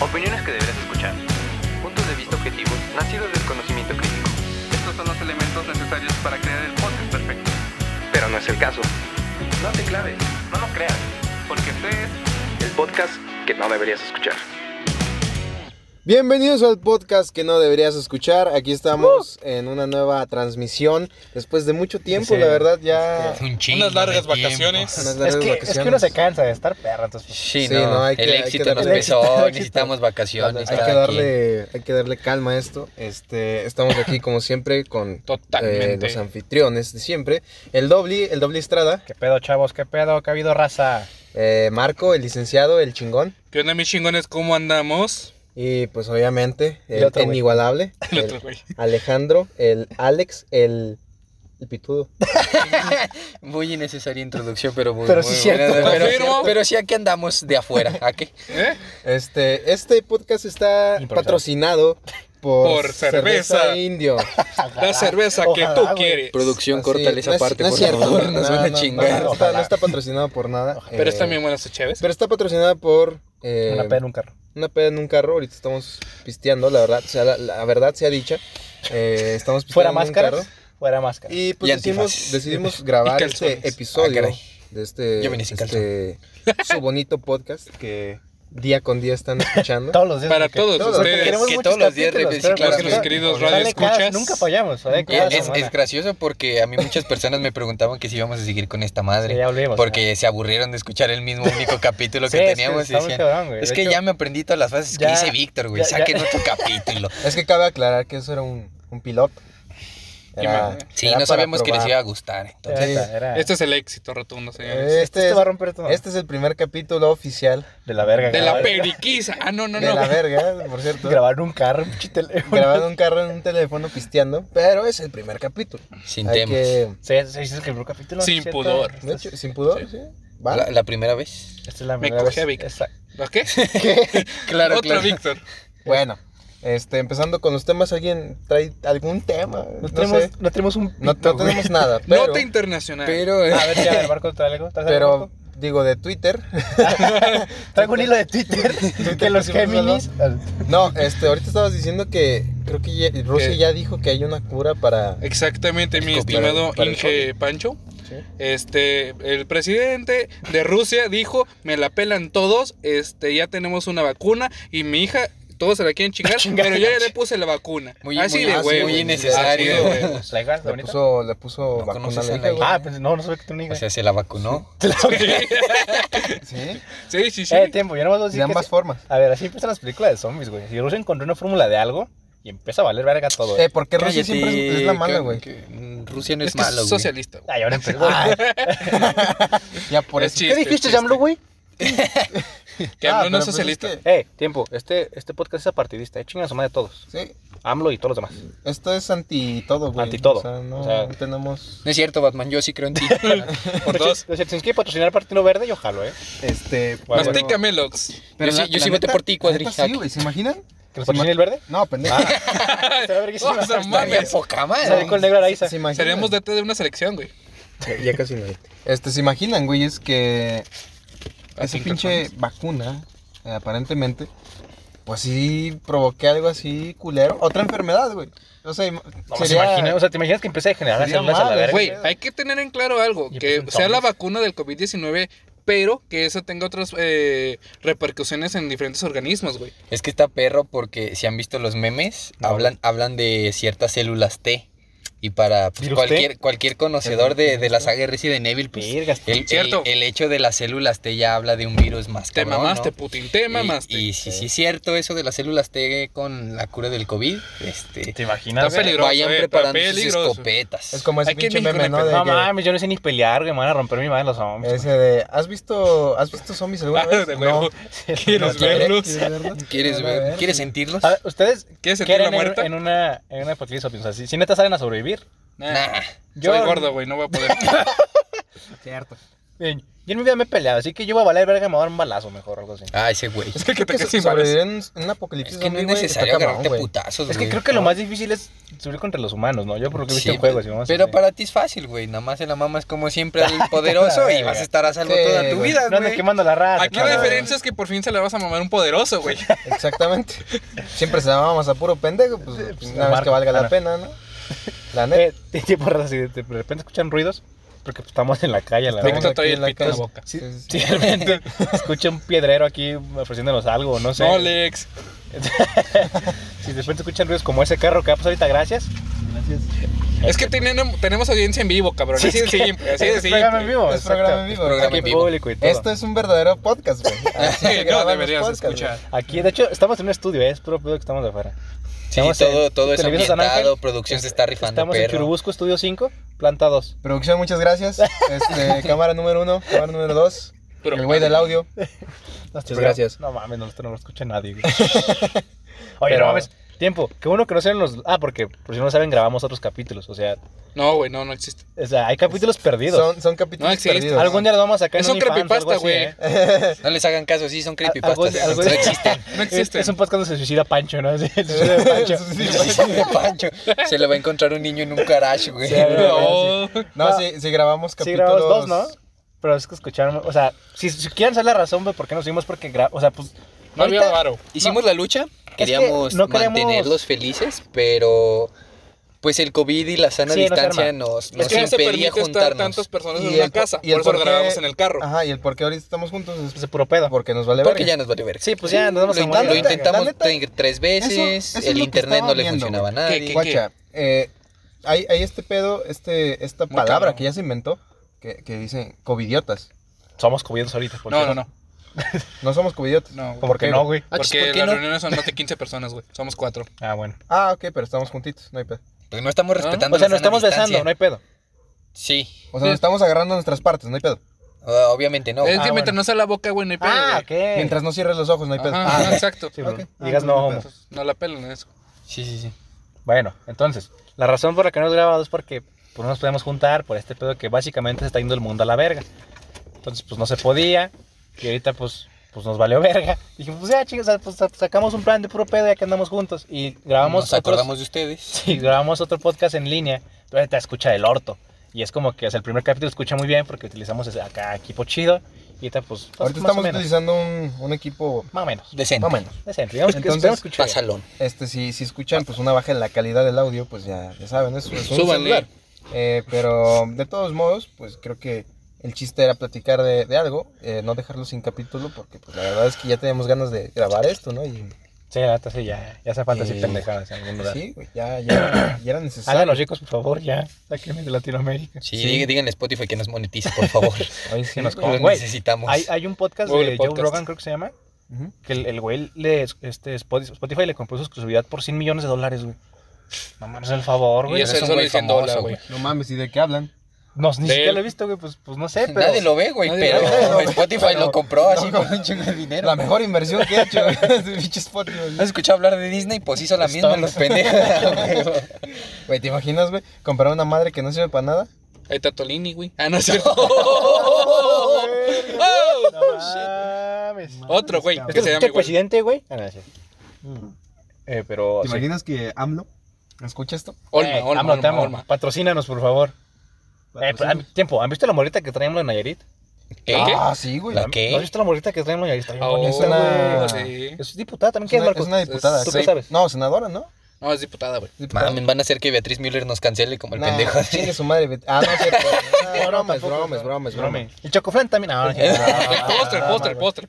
Opiniones que deberás escuchar. Puntos de vista objetivos nacidos del conocimiento crítico. Estos son los elementos necesarios para crear el podcast perfecto. Pero no es el caso. No te claves, no lo creas. Porque este es El podcast que no deberías escuchar. Bienvenidos al podcast que no deberías escuchar. Uh. Aquí estamos en una nueva transmisión después de mucho tiempo, la verdad ya Un chingo Unas largas de tiempo. vacaciones. largas Es que, es que uno vacaciones. se cansa de estar perro, entonces pues, Sí, Sí, no, no, hay que- el hay que éxito darle- nos el éxito, pesó, el éxito. necesitamos vacaciones. hay cada que quien. darle hay que darle calma a esto. Este, estamos aquí como siempre con eh, Totalmente. los anfitriones de siempre, el Dobli, el Dobli Estrada, pues, qué pedo, chavos, qué pedo, que ha habido raza. eh, Marco, el licenciado, el chingón ¿Qué onda, mis chingones? ¿Cómo andamos? y pues obviamente Y el otro güey. inigualable, El el otro güey. Alejandro, el Alex, el el pitudo. Muy innecesaria introducción, pero muy, Pero muy sí cierto. buena. Pero, Confirmo. pero sí aquí andamos de afuera. ¿A qué? ¿Eh? Este, este podcast está Improvisado. patrocinado por, Por cerveza. indio. La cerveza Ojalá, que tú güey. quieres. Producción, Así, córtale esa no es- parte, no es por cierto. favor. Nos No, van a no, chingar. No, no está, no está patrocinado por nada. Pero eh, están bien buenas sus chéves. Pero está patrocinada por eh, Una peda en un carro. una peda en un carro. Ahorita estamos pisteando, la verdad, o sea, la, la verdad sea dicha. Eh, estamos pisteando Fuera en un máscaras, carro. fuera máscaras. Y pues Y decidimos, antifaces. decidimos grabar Y calzones. este episodio Ah, caray. de este, Yo vine sin este su bonito podcast que día con día están escuchando. Todos los días. Para porque- todos porque ustedes. queremos Que muchos todos los días capítulos, reciclamos pero nuestros porque- queridos sale radioescuchas. cada- Nunca fallamos, ¿eh? Y Cada es, semana. es gracioso porque a mí muchas personas me preguntaban que si íbamos a seguir con esta Sí, madre. ya volvimos. ¿eh? Porque se aburrieron de escuchar el mismo único capítulo Sí, que es que teníamos. y está muy decían, cabrón, güey. es De que hecho, ya me aprendí todas las frases ya- que dice Víctor, güey. ya- ya- Saquen otro capítulo. Es que cabe aclarar que eso era un, un piloto. Era- ¿eh? Sí, era para no sabemos que les probar. iba a gustar. Entonces, era- era- era- Este es el éxito rotundo, señores. Este, Este es, va a romper todo. este es el primer capítulo oficial de la verga. De la grabar- periquiza. Ah, no, no, de no. la verga, por cierto. Grabar en un carro, pinche teléfono. Grabado en un carro en un teléfono pisteando, pero es el primer capítulo. sin Hay temas. que- Sí, sí, sí, es el primer capítulo. Sin ¿cierto? pudor. de hecho, sin pudor, sí. Va. ¿La, la primera vez? Esta es la Me primera cogí a vez. Vic. Esa- ¿Lo qué? Claro, Otro Víctor. Bueno, este, empezando con los temas, ¿alguien trae algún tema? No No, sé. tenemos- No tenemos un. No, pito, no güey. tenemos nada, pero, Nota internacional. Pero, A ver, ya, a ver, Marco, trae algo. ¿Traes algo, pero Marco? digo, de Twitter. Traigo un hilo de Twitter que pusimos los Géminis. No, este, ahorita estabas diciendo que creo que ya- Rusia ¿Qué? ya dijo que hay una cura para... Exactamente, mi Para- estimado para el Inge Pancho. Sí. Este, el presidente de Rusia dijo, me la pelan todos, este, ya tenemos una vacuna y mi hija, todos se la quieren chingar, pero yo ya le puse la vacuna. Muy- así muy- de ah, sí, huevos. muy innecesario. Así de huevos. La hija, la Le bonita. puso, le puso No vacuna a conoces la a hija, la güey. pues, Ah, pues no, no sabía que tú ni o hija. sea, se la vacunó. Sí, Sí, sí, sí. eh, tiempo, yo no voy a decir. de que ambas sí. formas. A ver, así empiezan las películas de zombies, güey. Si Rusia encontró una fórmula de algo y empieza a valer verga todo. Eh, Eh. ¿por qué Rusia siempre es, es la mala, güey? Rusia no es es, que es malo, güey. socialista. güey. Ay, ahora empezó. Ay, Ya Ah, por Es eso. chiste, es chiste. güey? Que Ah, pero AMLO no es pues es socialista. que- Eh, tiempo, este, este podcast es apartidista. Eh, chinga su madre todos. Sí, AMLO y todos los demás. esto es anti todo, güey. Anti todo. O sea, no, O sea- no tenemos. No es cierto, Batman, yo sí creo en ti. Por dos. O sea, si nos quiere patrocinar Partido Verde, yo jalo, eh. Este. Bueno, Azteca Melox. Yo sí- yo sí voté por ti, Cuadri. neta Sí, güey, ¿se imaginan? ¿Que nos patrocine el verde? Ah. No, pendejo. Se va a ver que sí. O sea, Estaría mames. Sale poca madre. con el negro Araiza. ¿Se imaginan? Seríamos DT de una selección, güey. Ya casi no. Este, ¿se imaginan, güey? Es que. A Esa cinco pinche vacuna, eh, aparentemente. Pues sí, provoqué algo así culero. Otra enfermedad, güey. O sea, im- No, se sería- imagina, o sea, te imaginas que empieza a generar sería células a la malo, verga. Güey, hay que tener en claro algo, Y que pues, sea la entonces. vacuna del COVID-19, pero que eso tenga otras eh, repercusiones en diferentes organismos, güey. Es que está perro porque si han visto los memes, No, hablan, hablan de ciertas células T. Y para pues, ¿Virus cualquier, cualquier conocedor de, de la saga Resident Evil, pues, el, Vergas. el- Cierto. el hecho de las células T ya habla de un virus más Te cabrón, ¿no? mamaste, Putin, te mamaste. Y, y si sí es cierto eso de las células T con la cura del COVID, este, ¿Te imaginas? Está güey? peligroso, vayan eh, está preparando sus peligroso. escopetas. Es como ese Aquí en pinche México meme, no ¿no? hay De No que- mames, yo no sé ni pelear, güey. Me van a romper mi madre los hombres. Ese de, ¿has visto, ¿has visto zombies alguna Ah, vez? de huevo. ¿Quieres ¿Quieres- verlos? eh, ¿Quieres verlos? ¿Quieres, A ver, ver? ¿Quieres sentirlos? A ver, ¿ustedes ¿Quieres sentir quieren la en- muerta? en, una, en una apocalipsis zombie? O sea, si, si neta salen a sobrevivir. Nah, Nah. Soy gordo, güey, no voy a poder. Cierto. Bien, Yo en mi vida me he peleado, así que yo voy a valer verga y me voy a dar un balazo mejor o algo así. Ah, ese güey. Es que creo te que quedas si sin balas. sobrevivir en en un apocalipsis Es que no zombie, es güey, está necesario cabrón, agarrarte a güey. putazos, Es güey. que creo que lo más difícil es subir contra los humanos, ¿no? Yo por lo que he visto Sí, en juegos. y vamos pero así. para ti es fácil, güey. Nada más se la mamas como siempre al poderoso y verga. vas a estar a salvo Sí, toda tu güey. vida, No ando güey. quemando la raza. Aquí la cabrón. diferencia es que por fin se la vas a mamar un poderoso, güey. Exactamente. Siempre se llamábamos a puro pendejo, pues, pues, una vez que marca, valga la claro. pena, ¿no? La neta. Eh, t- tipo raza, si de de repente escuchan ruidos, porque pues, estamos en la calle, a la Estamos verga. Víctor trae aquí el pito en la calle. boca. Sí, sí, sí. Si de repente escucha un piedrero aquí ofreciéndonos algo, no sé. No, Lex. Si de repente escuchan ruidos como ese carro que va a pasar ahorita, gracias. Gracias. Es que tienen- tenemos audiencia en vivo, cabrón. Sí, Así de es que- siempre, así de es programa en simple. vivo. Es exacto. programa en vivo. programa Aquí en vivo. público y todo. Esto es un verdadero podcast, güey. Así se No graban los deberías podcasts, escuchar. Aquí, de hecho, estamos en un estudio, ¿eh? es puro pedo que estamos de afuera. Sí, Estamos todo, en- todo es Televisa San Ángel. ambientado, producción se está rifando, Estamos en perro. Churubusco, estudio 5, planta 2. güey. Producción, muchas gracias. Este, cámara número uno, cámara número dos. Pero- el güey del audio. Muchas gracias. No mames, no, esto no lo escucha nadie. güey. Oye, Pero- no mames. Tiempo, que bueno que no sean los. Ah, porque por si no lo saben, grabamos otros capítulos. O sea, No, güey, no, no existe. o sea hay capítulos perdidos. Son, son capítulos No existe. perdidos. Algún día lo vamos a sacar. Es en un OnlyFans, algo creepypasta, así, güey. ¿eh? No les hagan caso, sí, son Algo- creepypastas. algo- Algo, no existen. No Es, existe. es un podcast donde se suicida Pancho, ¿no? Sí, se suicida de Pancho. De Pancho. Se le va a encontrar un niño en un garage, güey. Sí, a ver. No. No, sí, sí grabamos Sí, capítulos. grabamos dos, ¿no? Pero es que escucharon. O sea, si, si quieren saber la razón de por qué nos subimos, porque. gra- O sea, pues. No había ahorita- varo. Hicimos la lucha, queríamos no queremos- mantenerlos felices, pero pues el COVID y la sana Sí, nos distancia arma. nos, nos Es que no se impedía permite estar juntarnos. tantas personas en Y una el- casa. y el Por eso por qué- Ah, grabamos en el carro. Ajá, y el por qué ahorita estamos juntos es Pues de puro pedo. porque nos vale Porque verga. ya nos valió verga. Sí, pues ya nos vamos lo, a in- morir. lo La neta- intentamos la neta- tre- tres veces, eso es el lo que internet no estaba le viendo, funcionaba a güey. nadie. ¿Qué- Guacha, eh, hay, hay este pedo, este, esta Muy palabra cabrón. que ya se inventó, que, que dice covidiotas. Somos comidos ahorita. ¿por No, qué no, no. No somos covidiotas. No, güey. ¿Por qué no, güey? Ah, chis, Porque ¿por qué las no? reuniones son más de 15 personas, güey. Somos cuatro. Ah, bueno. Ah, ok, pero estamos juntitos, no hay pedo. Porque no estamos ¿No? respetando O sea, la nos sana pues estamos besando, distancia. no hay pedo. Sí, O sea, nos estamos agarrando nuestras partes, no hay pedo. ah, obviamente no. es que ah, mientras bueno. no sea la boca, güey, no hay pedo, Ah, güey. ok. Mientras no cierres los ojos, no hay pedo. Ah, Ajá, ajá, exacto. Sí, bro. Ok. Digas no, homo. Entonces, No la pelan eso. Sí, sí, sí. Bueno, entonces, la razón por la que no he grabado es porque pues, no nos podemos juntar por este pedo que básicamente se está yendo el mundo a la verga. Entonces, pues no se podía. Y ahorita, pues, pues nos valió verga. Dijimos, pues ya, chicos, pues sa- sacamos un plan de puro pedo ya que andamos juntos. Y grabamos, Nos otros- acordamos de ustedes. sí, grabamos otro podcast en línea. Pero te escucha del orto. Y es como que, o sea, el primer capítulo escucha muy bien porque utilizamos ese- acá equipo chido. Y ahorita, pues, pues, Ahorita más o estamos menos. utilizando un, un equipo, Más o menos. Decente. más o menos. Decente. Digamos que Entonces, esperemos que escuche bien. Pasalón. Este, si, si escuchan, pues una baja en la calidad del audio, pues ya, ya saben, es, es un Súbanle. celular. Eh, pero de todos modos, pues creo que el chiste era platicar de, de algo, eh, no dejarlo sin capítulo, porque pues la verdad es que ya tenemos ganas de grabar esto, ¿no? Y Sí, la neta, sí, ya, ya hace falta así Eh, pendejadas en algún lugar. sí, güey, ya, ya, ya era Hagan necesario. los ricos, por favor, ya. Sáquenme de Latinoamérica. Sí, Sí. dí- díganle a Spotify que nos monetice, por favor. Ahí sí Que nos güey. Lo Pues, Güey, necesitamos. Hay, hay un podcast Google de Podcast. Joe Rogan, creo que se llama, Ujú. que el, el güey, le, este, Spotify, Spotify le compró su exclusividad por 100 millones de dólares, güey. Mamá, no es el favor, Y güey. eso eres es un solo güey diciendo famoso, hola, güey. güey. No mames, ¿y de qué hablan? No, ni De siquiera él. lo he visto, güey, pues, pues no sé, pero... Nadie lo ve, güey, Nadie pero lo ve, no, Spotify pero- lo compró así no, con un chingo de dinero. La mejor inversión que he hecho, güey, es de pinche Spotify. ¿Has escuchado hablar de Disney? Pues hizo la misma en los pendejos. Güey, ¿te imaginas, güey? Comprar una madre que no sirve para nada. Ahí está Tolini, güey. Ah, no es cierto. No mames. Otro, güey, Este que es se llama el igual. presidente, güey. Ah, gracias. Eh, pero... sí. que AMLO escucha esto? Olma, Eh, Olma, AMLO, te Olma, amo. Olma. Patrocínanos, por favor. Eh, pero, ah, tiempo, ¿han visto la morrita que traemos en Nayarit? ¿Qué? Ah, sí, güey. ¿La ¿No ¿Has qué? visto la morrita que traemos en Nayarit? Está bien Ah, bonita, oh, güey. sí. Es diputada también, Es ¿qué una, Marco? es una diputada. ¿Tú qué sí. sabes? No, senadora, ¿no? No, es diputada, güey. Diputada. Mamen, van a hacer que Beatriz Müller nos cancele como el Nah, pendejo. Chingue su madre. vete. Ah, no, es cierto. Ah, broma, es No, tampoco, broma, es no. broma, es broma. El chocoflan también. Ah, no, El postre, el postre, el postre, el postre.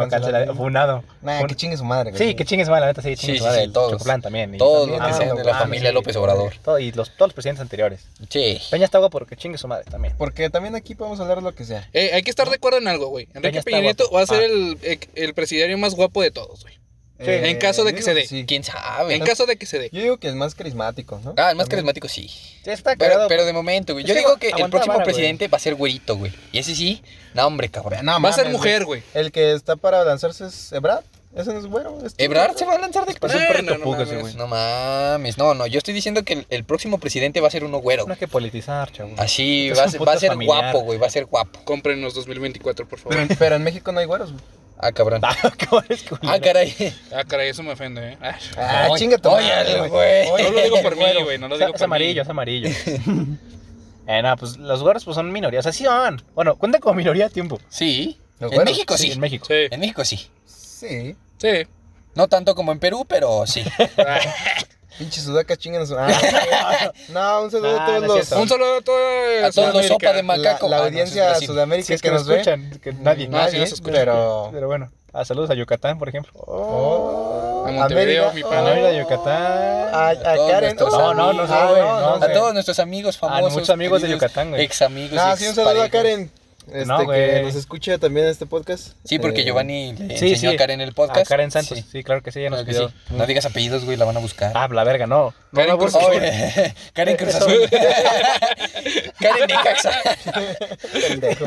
Canceladísimo. canceladísimo. Funado. Nah, que chingue su madre, güey. Sí, que chingues mal, la neta, sí, Sí, chingues sí, mal. sí, el todos. chocoflan también. y Todos también- los que sean de la no, familia López Obrador. Todo- y los, todos los presidentes anteriores. Che. Peña está guapo porque chingue su madre también. Porque también aquí podemos hablar de lo que sea. Eh, hay que estar de acuerdo en algo, güey. Enrique Peña está Peña Nieto guapo. va a ser Ah. el, el presidiario más guapo de todos, güey. Sí. Eh, En caso de yo que digo se dé. sí. ¿Quién sabe? En caso de que se dé. Yo digo que es más carismático, ¿no? Ah, el más También. carismático sí. Sí, está Pero, cagado. pero de momento, güey. Es Yo que digo agu- que el aguanta próximo vara, güey. presidente va a ser güerito, güey. Y ese sí, no, hombre, cabrón. No Va a ser mames, mujer, güey. güey. El que está para lanzarse es Ebrad. Ese no es güero. es- Ebrard se va a lanzar de pues, Parece un No, perrito no, no puga ese mames. güey. No mames, no, no, yo estoy diciendo que el, el próximo presidente va a ser uno güero. No hay que politizar, chavo. Así, Es va a un ser, puto va a ser familiar. guapo, güey, va a ser guapo. Cómprenos 2024, por favor. Pero, pero en México no hay güeros. güey. Ah, cabrón. Ah, cabrón, es culero. Ah, caray. Ah, caray, eso me ofende, ¿eh? Ah, Ah, Ay, chinga tu oye, madre, güey. No lo digo por mí, güey, no lo Es- digo es por amarillo, es mí. amarillo. eh, no, pues los güeros pues, son minorías. Así son. Bueno, cuentan como minoría a tiempo. Sí. Los En güeros, México sí. En México. Sí, En México sí. Sí. sí. Ah, No tanto como en Perú, pero sí. Pinche sudacas chingan a su. Ah, no, un saludo Ah, a todos no es los. cierto. Un saludo a toda A todos los Sudamérica. sopa de La, macaco. la Ah, no, audiencia eso de es Brasil. Sudamérica Si es que, que, no nos ve. escuchan, que nadie. No, sí Nadie, nos escucha. pero. Pero bueno, ah, saludos a Yucatán, por ejemplo. Oh, A América, Montevideo, Oh. mi A pana. Mérida, Yucatán. A, a A todos Karen. nuestros oh, amigos. ah, güey, no, A güey. todos nuestros amigos a famosos. Ah, muchos amigos de queridos, Yucatán, güey. Ex amigos. Ah, sí, un saludo a exparejas. Karen. Este, No, que güey. nos escucha también en este podcast. Sí, porque Eh, Giovanni le sí, enseñó sí. a Karen el podcast. A Karen Santos. Sí, Sí, claro que sí, ya nos claro que pidió. sí. No digas apellidos, güey, la van a buscar. Ah, la verga, no. No, Karen no, Cruz por favor. Oye, Karen Cruz Azul. Karen Necaxa. pendejo.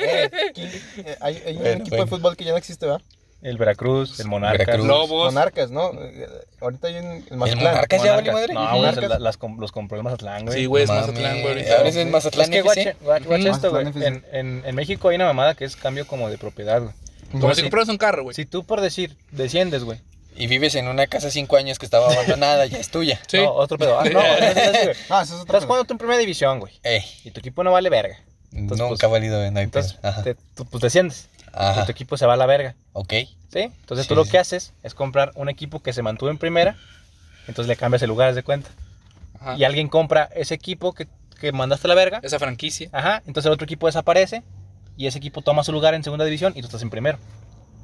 Eh, aquí, eh, hay, hay un Bueno, equipo bueno. de fútbol que ya no existe, ¿verdad? El Veracruz, el Monarca. Veracruz. Lobos. Monarcas, ¿no? Eh, Ahorita hay un. El El Mazatlán. Monarcas ya valió madre. No, güey, se Monarcas. la- las com- los compró el Mazatlán, güey. Sí, güey, es Mami, Mazatlán, güey. ahorita. Ahora es en Mazatlán Es que FC. guacha, guacha, guacha Ujú. esto, güey. Mazatlán En, en, en México hay una mamada que es cambio como de propiedad, güey. Como Sí. si compras un carro, güey. Si tú, por decir, desciendes, güey. Y vives en una casa cinco años que estaba abandonada, ya es tuya. Sí. No, otro pedo. Ah, no, no, es así, güey. Ah, eso es otra Estás cosa. jugando tú en primera división, güey. Ey, Y tu equipo no vale verga. Entonces, nunca pues, ha valido en iPad. Entonces, Ajá. te- tú, pues desciendes. Y Ajá. tu equipo se va a la verga. Ok. ¿Sí? Entonces Sí, tú lo sí, sí. que haces es comprar un equipo que se mantuvo en primera. Entonces le cambias el lugar, haz de cuenta. Ajá. Y alguien compra ese equipo que, que mandaste a la verga. Esa franquicia. Ajá. Entonces el otro equipo desaparece. Y ese equipo toma su lugar en segunda división y tú estás en primero.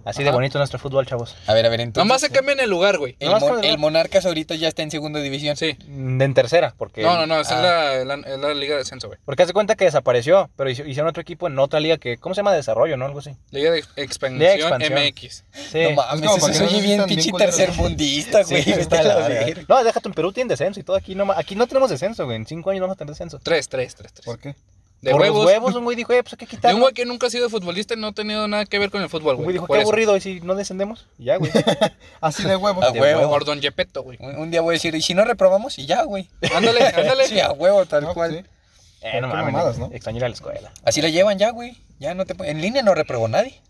Así de Ajá. bonito nuestro fútbol, chavos. A ver, a ver, entonces. Nomás se cambia en el lugar, güey. El, nomás mon- con el- el Monarcas ahorita ya está en segunda división. Sí. Mm, En tercera, porque. No, no, no, esa Ah. es la, la- es la liga de descenso, güey. Porque hace cuenta que desapareció, pero hizo- hicieron otro equipo en otra liga que. ¿Cómo se llama? Desarrollo, ¿no? Algo así. Liga de expansión, Liga de expansión. MX. Sí. Es No mames, como eso para que no se oye se bien sientan bien pinche culeros. tercermundista, Sí, güey. Vete está a la la verga. verga. No, déjate en Perú tiene descenso y todo. Aquí no, ma- aquí no tenemos descenso, güey. En cinco años no vamos a tener descenso. Tres, tres, tres, tres. ¿Por qué? De Por huevos. los huevos, un güey dijo, eh, pues hay que De quitar. un güey que nunca ha sido futbolista y no ha tenido nada que ver con el fútbol, Un güey güey. dijo, Por qué eso. aburrido, y si no descendemos, Y ya, güey. Eh, Así de huevos. A huevo. Por Don Gepetto, güey. Un, un día voy a decir, y si no reprobamos, y ya, güey. Ándale, ándale. Sí, a huevo, tal No, cual. sí. eh, no Qué mames, mamadas, ¿no? extraño ir a la escuela. Así la llevan ya, güey. Ya no te pon- En línea no reprobó nadie.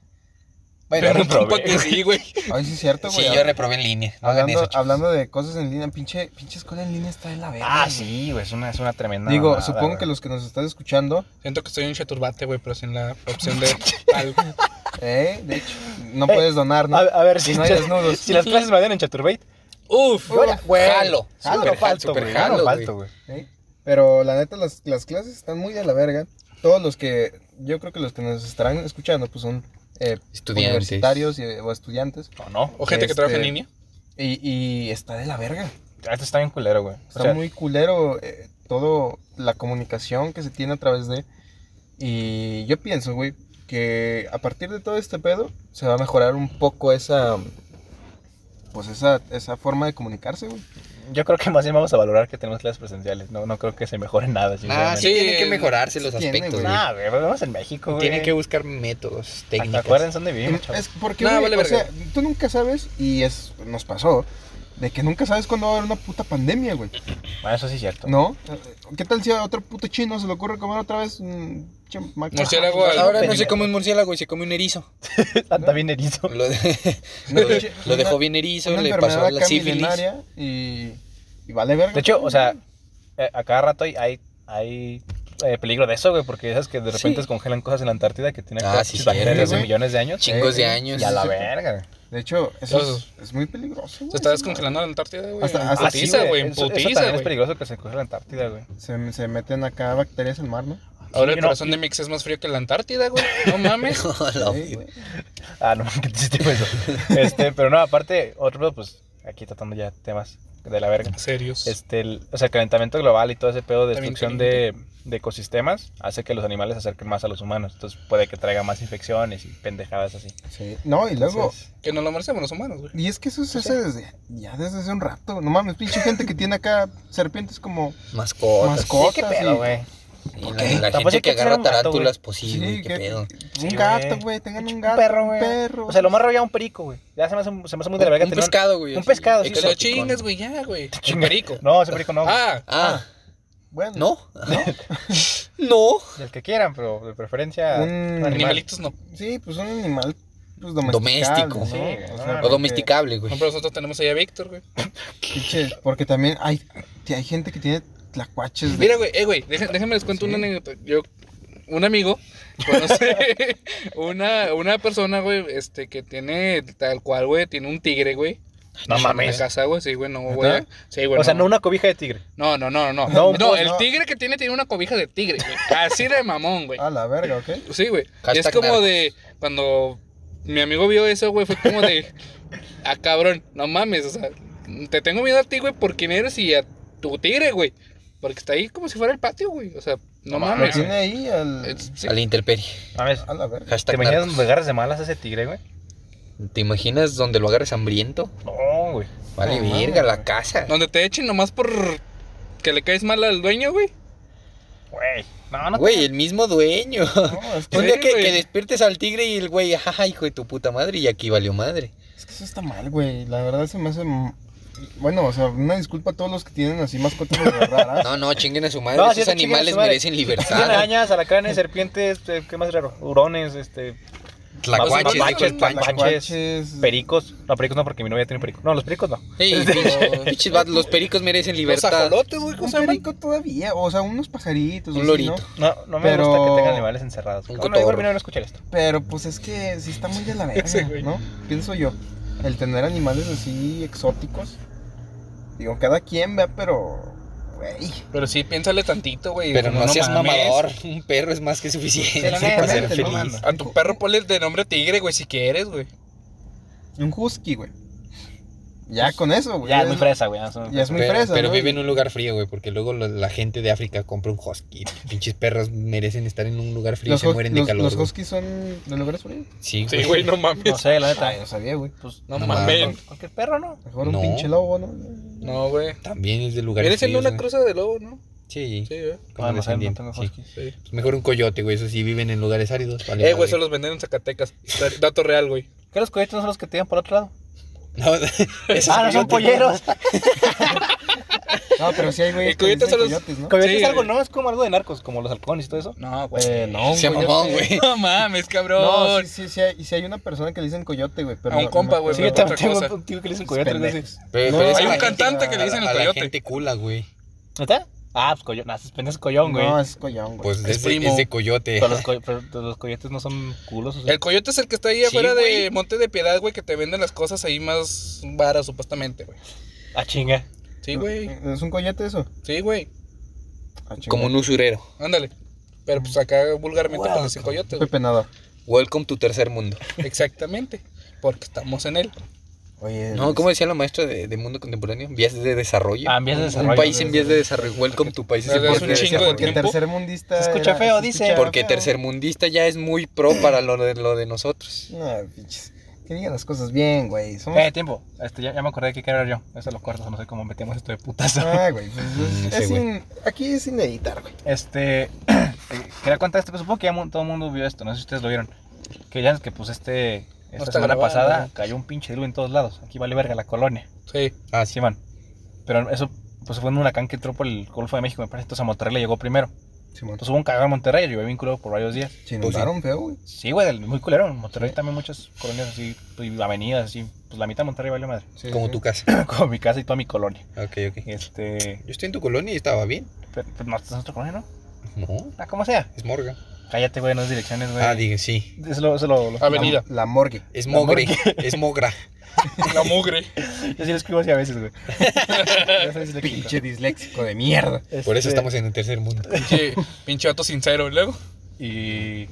Bueno, Pero un reprobé, compa que sí, güey. Ay, sí es cierto, sí, güey. yo reprobé en línea. No hagan hablando, eso, chicos. hablando de cosas en línea, pinche, pinche escuela en línea está de la verga. Ah, güey. sí, güey, es una, es una tremenda. Digo, mamada, supongo güey. que los que nos están escuchando, Siento que soy un chaturbate, güey, pero sin la opción de algo. eh, de hecho, no Eh, puedes donar, ¿no? A, a ver, Y si, no hay desnudos. si las clases me dan en Chaturbate, Uf. yo ya, güey. jalo. Jalo, Super no falto, jalo, güey. super yo jalo, No falto, güey. ¿eh? Pero la neta, las, las clases están muy de la verga. Todos los que, yo creo que los que nos estarán escuchando, pues son eh, Estudiantes. universitarios y- o estudiantes. No, no. O gente que Este- trabaja en línea. Y, y está de la verga. Esto está bien culero, güey. O Está sea, muy culero eh, todo la comunicación que se tiene a través de. Y yo pienso, güey, que a partir de todo este pedo se va a mejorar un poco esa. Pues esa, esa forma de comunicarse, güey. yo creo que más bien vamos a valorar que tenemos clases presenciales. No, no creo que se mejore nada, Ah, sinceramente. sí, Sí, tienen que no. mejorarse los Tiene, aspectos, güey. güey. Nah, güey, pero vamos en México, güey. Tienen que buscar métodos, técnicas. Acuérdense dónde vivimos, chavos. Es porque, Nah, güey, vale o verga. sea, tú nunca sabes, y es nos pasó, de que nunca sabes cuándo va a haber una puta pandemia, güey. Bueno, Ah, eso sí es cierto. ¿No? ¿Qué tal si a otro puto chino se le ocurre comer otra vez un che, macaco? Murciélago al- Ahora no pendejo. se come un murciélago y se come un erizo. Anda bien erizo. Lo, de- Una lo de- pinche- lo dejó una- bien erizo, Una le enfermedad pasó la acá sífilis. milenaria y, y vale verga. De hecho, o sea, eh, a cada rato hay, hay, hay, eh, peligro de eso, güey, porque esas que de repente Sí. se congelan cosas en la Antártida que tienen Ah, cosas sí, sí, bacterias de hace güey. millones de años. Chingos de Eh, años. Y a la sí, sí. verga, güey. De hecho, eso Eso- es, es muy peligroso. güey. Se está Sí, descongelando la Antártida, güey. Hasta- En hasta- putiza, güey. En Ah, Eso- eso putiza, también es güey. peligroso que se congela la Antártida, güey. Se, se meten acá bacterias en mar, ¿no? Ahora el Sí, no, corazón de Mix es más frío que la Antártida, güey. No mames. No, Sí, güey. Ah, no, ¿qué te hiciste eso? Este, pero no, aparte, otro pedo, pues, aquí tratando ya temas de la verga. Serios. Este, el, o sea, el calentamiento global y todo ese pedo de También destrucción de, de ecosistemas hace que los animales se acerquen más a los humanos. Entonces puede que traiga más infecciones y pendejadas así. Sí. No, y luego. Entonces, Que no lo merecemos los humanos, güey. y es que eso se hace desde, ya desde hace un rato. No mames, pinche gente que tiene acá serpientes como Mascotas. mascotas. ¿Qué pedo, y- güey? Y ¿Por la, qué? la Tampoco gente hay que que ser agarra un gato, tarántulas, pues sí, Sí, güey, qué que- pedo. un Sí, gato, güey. güey. Tengan Sí, un un gato, perro, un güey. perro. O sea, lo más raro ya un perico, güey. Ya se me hace, se me hace muy de la verga Un tener pescado, güey. un así, pescado, Y sí, te lo salpicón. chingas, güey, ya, güey. chinga. Perico. No, ese perico no. güey. Ah, Ah, bueno, ¿no? No. Del que quieran, pero de preferencia. Un animal. animalitos no. Sí, pues un animal pues, Doméstico. domesticado. ¿no? Sí, güey, O sea, no, no, O porque- domesticable, Por güey. ejemplo, nosotros tenemos ahí a Víctor, güey. pinche, Porque también hay, hay gente que tiene tlacuaches. de- Mira, güey, eh, güey, deja- déjame les cuento una anécdota. Yo, un amigo conoce una, una persona, güey, este, que tiene tal cual, güey, tiene un tigre, güey. No En la mames. casa, güey, sí, güey, no, ¿Neta? güey. a- Sí, güey. O sea, no una cobija de tigre. No, no, no, no. No, No, pues, el no. tigre que tiene tiene una cobija de tigre, güey. Así de mamón, güey. A la verga, ¿ok? Sí, güey. Y Es Hashtag como narcos. de. Cuando mi amigo vio eso, güey, fue como de. Ah, cabrón, no mames, o sea, te tengo miedo a ti, güey, por quién eres y a tu tigre, güey. Porque está ahí como si fuera el patio, güey. O sea, No no, Lo mames. mames. tiene ahí al... Es- sí. Al interperie. Mames. Ah, A la verga. ¿Te Hashtag imaginas narcos. me agarras de malas a ese tigre, güey? ¿Te imaginas donde lo agarres hambriento? No, güey. Vale, No, verga, mames. la casa. Donde te echen nomás por que le caes mal al dueño, güey. Güey. No, no. Güey, el mismo dueño. No, es que, Un día que, güey. que despiertes al tigre y el güey, ajá, hijo de tu puta madre, y aquí valió madre. es que eso está mal, güey. La verdad se me hace... m- Bueno, o sea, una disculpa a todos los que tienen así mascotas medio raras. No, no, chinguen a su madre. No, sí, Esos sí, chinguen a su animales madre. merecen Tiene libertad. arañas, alacanes, serpientes, eh, ¿qué más raro? Hurones, este, Tlacuaches, Mapaches, dijo el tlacuaches. Pancho. Tlacuaches, pericos. No, pericos no, porque mi novia tiene pericos. No, los pericos no. Sí, pinche- pinches vatos, los pericos merecen Los libertad. ajolotes, güey, ¿cómo pues, Un se llaman? perico todavía, o sea, unos pajaritos. Un así, lorito. ¿no? No, no me Pero- gusta que tengan animales encerrados. Un cabrón. No, igual cotorro. mi novia no escuchar esto. Pero pues es que sí está muy de la verga, Ese güey. ¿no? Pienso yo. El tener animales así exóticos. Digo, cada quien vea, pero. Güey. Pero sí, piénsale tantito, güey. Pero Como, no seas mames. mamador. Un perro es más que suficiente Sí, para la ser neta, no feliz. mames. A tu perro ponle de nombre tigre, güey, si quieres, güey. Un husky, güey. Ya con eso, güey. Ya es muy fresa, güey. ya es muy Ya es fresa. muy Pero, fresa. pero ¿no? vive en un lugar frío, güey, porque luego lo- la gente de África compra un husky. Pinches perros merecen estar en un lugar frío Los, y se hus- mueren de los- calor. los güey. huskies son de lugares fríos. Sí, Sí, güey, no mames. No sé, la neta. Ah, yo sabía, güey. Pues, No, No mames. mames. cualquier perro, ¿no? Mejor No. un pinche lobo, ¿no? No, güey. También es de lugares Viene siendo fríos, una güey. cruza de lobo, ¿no? Sí, Sí, güey. como Ah, no sé, no descendiente, tengo sí. huskies. Sí. Pues Mejor un coyote, güey, esos sí viven en lugares áridos. vale Eh, güey, madre. se los venden en Zacatecas. Dato real, güey. ¿Qué los cohetes no son los que te llevan por otro lado? No, esos Ah, no son coyotes- polleros. No, pero sí hay, güey. El coyote son los- ¿no? Coyote Sí, es algo, güey. ¿no? Es como algo de narcos, como los halcones y todo eso. No, güey. Eh, no, un Se coyote. mamón, güey. No mames, cabrón. No, sí, sí, sí. hay- Y si hay una persona que le dicen coyote, güey. pero A un no- compa, no- güey, Sí, pero yo también otra tengo cosa. un tío que le dicen coyote. algo así. Pendejos. Pero- No, pero es a hay la un gente- cantante que le dicen el a la coyote. gente cula, güey. ¿Neta? Ah, pues coyón. Nah, es collón, güey. No, es collón, güey. Pues Es es, de- primo. es de coyote. Pero los, coy- pero los coyotes no son culos. O sea. El coyote es el que está ahí Sí, afuera de güey. Monte de Piedad, güey, que te venden las cosas ahí más varas, supuestamente, güey. Ah, chinga. Sí, güey. ¿Es un coyote eso? Sí, güey. Ah, chingada. Como un usurero. Ándale. Pero pues acá vulgarmente pues dicen coyote, güey. Pepe Nadar. Welcome to tercer mundo. Exactamente. Porque estamos en él. Oye. No, ¿cómo decía la maestra de, de mundo contemporáneo? Vías de desarrollo. Ah, en vías de Un desarrollo. país en vías de desarrollo. Welcome to países en Desde vías hace de un chingo de desarrollo. Porque tiempo. tercer mundista. Se escucha feo, se dice. escucha Porque feo. tercermundista ya es muy pro para lo de, lo de nosotros. No, pinches. Que digan las cosas bien, güey. Somos. Eh, tiempo. Este, ya, ya me acordé que quería hablar yo. Eso lo corto, no sé cómo metimos esto de putazo. Ah, güey. pues, es- Mm, es ese güey. sin- Aquí es sin editar, güey. Este, eh, quería contar esto, pero supongo que ya mu- todo el mundo vio esto, no sé si ustedes lo vieron. Que ya es que pues este, esta está semana grabado, pasada güey. cayó un pinche diluvio en todos lados. Aquí vale verga la colonia. Sí. Ah, Así van. Pero eso pues fue un huracán que entró por el Golfo de México, me parece. Entonces a Monterrey le llegó primero. Simón. Entonces hubo un cagado en Monterrey, yo vinculado por varios días. Pues Se inundaron feo, güey. Sí, güey, del- muy culero. En Monterrey también muchas colonias así, pues, y avenidas así. Pues la mitad de Monterrey vale madre. Sí, como sí. tu casa. Como mi casa y toda mi colonia. Ok, ok. Este, Yo estoy en tu colonia y estaba bien. pero, pero no, es nuestra colonia, ¿no? No, Ah, como sea. es morga. Cállate, güey, no es direcciones, güey. Ah, diga, sí. Eso lo, eso lo- lo- La- Avenida. La morgue. Es La mogre, morgue. es mogra. La mugre. Yo sí lo escribo así a veces, güey. Yo soy disléxico. Pinche disléxico de mierda. Por eso Este, estamos en el tercer mundo. Pinche, pinche vato sincero. ¿y Luego. Y.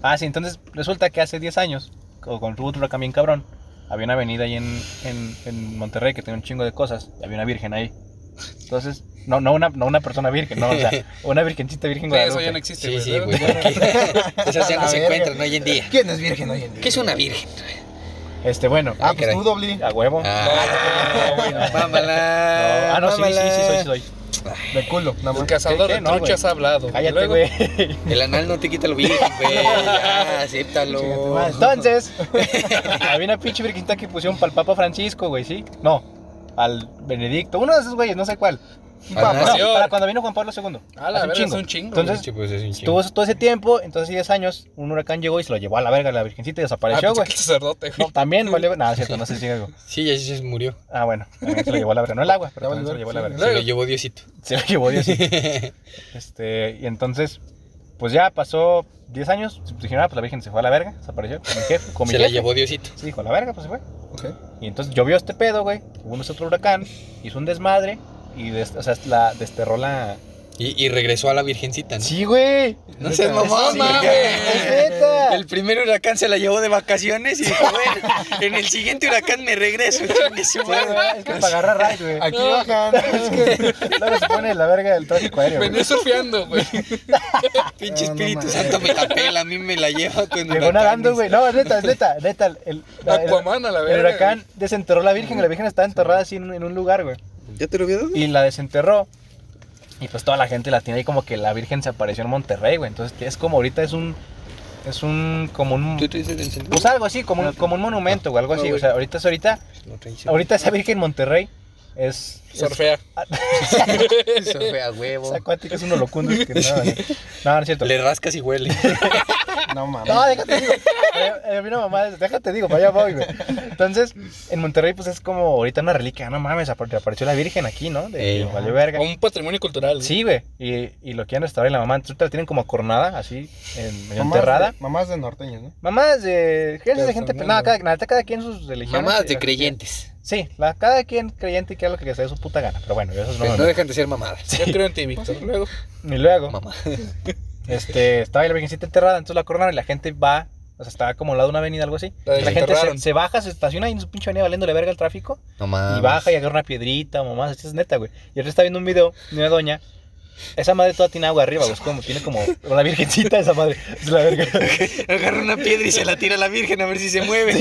Ah, sí, entonces resulta que hace 10 años, o con tu otro bien cabrón, había una avenida ahí en, en, en Monterrey que tenía un chingo de cosas. Y había una virgen ahí. Entonces, no, no, una, no una persona virgen, no, o sea, una virgencita virgen Sí, eso Guadalupe. ya no existe, Sí, güey. sí, ¿verdad? güey. Esas ya no La se verga. encuentran hoy en día. ¿Quién es virgen hoy en día? ¿Qué es una virgen? Este, bueno, Ah, Ay, pues caray. tú, Dobli. a huevo. Ah, No, güey, no. Mámala. No, ah, no, sí, sí, sí, soy, mámala. sí, soy. De culo, nada El más. cazador ¿Qué, de qué? No, truchas ha hablado. Cállate, Luego, güey. El anal no te quita lo virgen, güey. Ya, Chinga tu acéptalo. madre. Entonces, había una pinche virginita que pusieron para el Papa Francisco, güey, ¿sí? No, al Benedicto, uno de esos güeyes, no sé cuál. Para Bueno, señor. para cuando vino Juan Pablo II. A la Hace un verga, es chingo. un chingo. Entonces, Sí, pues es un Tuvo chingo. eso- todo ese tiempo, entonces 10 años, un huracán llegó y se lo llevó a la verga la virgencita y Ah, desapareció, pensé güey. que el sacerdote, güey. No, también valió. Nada, cierto, no sé si algo. Sí, ya se murió. Ah, bueno, también se lo llevó a la verga. No el agua, pero Ya también se lo valió, llevó a la sí. verga. Se Luego. lo llevó Diosito. Se lo llevó Dios. Este, y entonces, pues ya pasó 10 años. se Dijeron, ah, pues la virgen se fue a la verga, desapareció con mi jefe. Con mi Se la jefe. llevó Diosito. Sí, dijo, a la verga, pues se fue. Ok. Y entonces llovió este pedo, güey. Hubo un otro huracán, hizo un desmadre y des- o sea, la desterró la. Y, y regresó a la virgencita, ¿no? Sí, güey. No seas mamón, Es Sí, güey. neta. El primer huracán se la llevó de vacaciones y dijo, bueno, en el siguiente huracán me regreso. chingue su Sí, güey, madre". es que para agarrar rayos, güey. Aquí bajan. Es que luego se pone la verga del tráfico aéreo. güey. Venía surfeando, güey. Pinche No, no Espíritu mames. Santo me la pela, a mí me la lleva con Llegó huracanes. nadando, güey. No, es neta, es neta, neta. El, la- el- Aquaman a la el verga. huracán desenterró a la virgen, y la virgen estaba enterrada así en, en un lugar, güey. ¿Ya te lo había dado? Y la desenterró. Y pues toda la gente la tiene ahí como que la virgen se apareció en Monterrey, güey. Entonces es como ahorita es un. Es un. Como ¿Tú un. te dices del centro? Pues algo así, Ah, como un, como un monumento, güey. Algo así. O sea, ahorita es ahorita. No traes. Ahorita esa virgen en Monterrey es. es Surfea. Eso fue a huevo. es acuática, es un holocundo. es que nada, güey. No, no es cierto. Le rascas y huele. No mames. No, déjate digo. Eh, eh, vino mamá, déjate digo, para allá voy, güey. Entonces, en Monterrey, pues es como ahorita una reliquia. No mames, apar- apareció la Virgen aquí, ¿no? De Ey. de valió verga. Un patrimonio cultural. güey. Sí, güey. Y, y lo quieren restaurar y la mamá. Entonces la tienen como acornada, así, en, medio Mamás enterrada. de- Mamás de norteños, ¿no? Mamás de. Gente de gente. Personal, No, ¿no? cada, nada, cada quien sus religiones. Mamadas de Eh, creyentes. Sí, la, cada quien creyente y que haga lo que sea de su puta gana. Pero bueno, eso es Pero no. no dejan de ser mamadas. Yo creo en ti, Víctor. Luego. Y luego. Mamá. Este, estaba ahí la virgencita enterrada, entonces la coronaron y la gente va, o sea, estaba como al lado de una avenida, algo así. La La, gente se, desenterraron. se baja, se estaciona ahí en su pinche avenida valiéndole verga el tráfico. No mames. y baja y agarra una piedrita, mamá, así es neta, güey. Y ahorita está viendo un video de una doña. Esa madre toda tiene agua arriba, güey. es como, tiene como una virgencita esa madre. Es la verga. Agarra una piedra y se la tira a la virgen a ver si se mueve.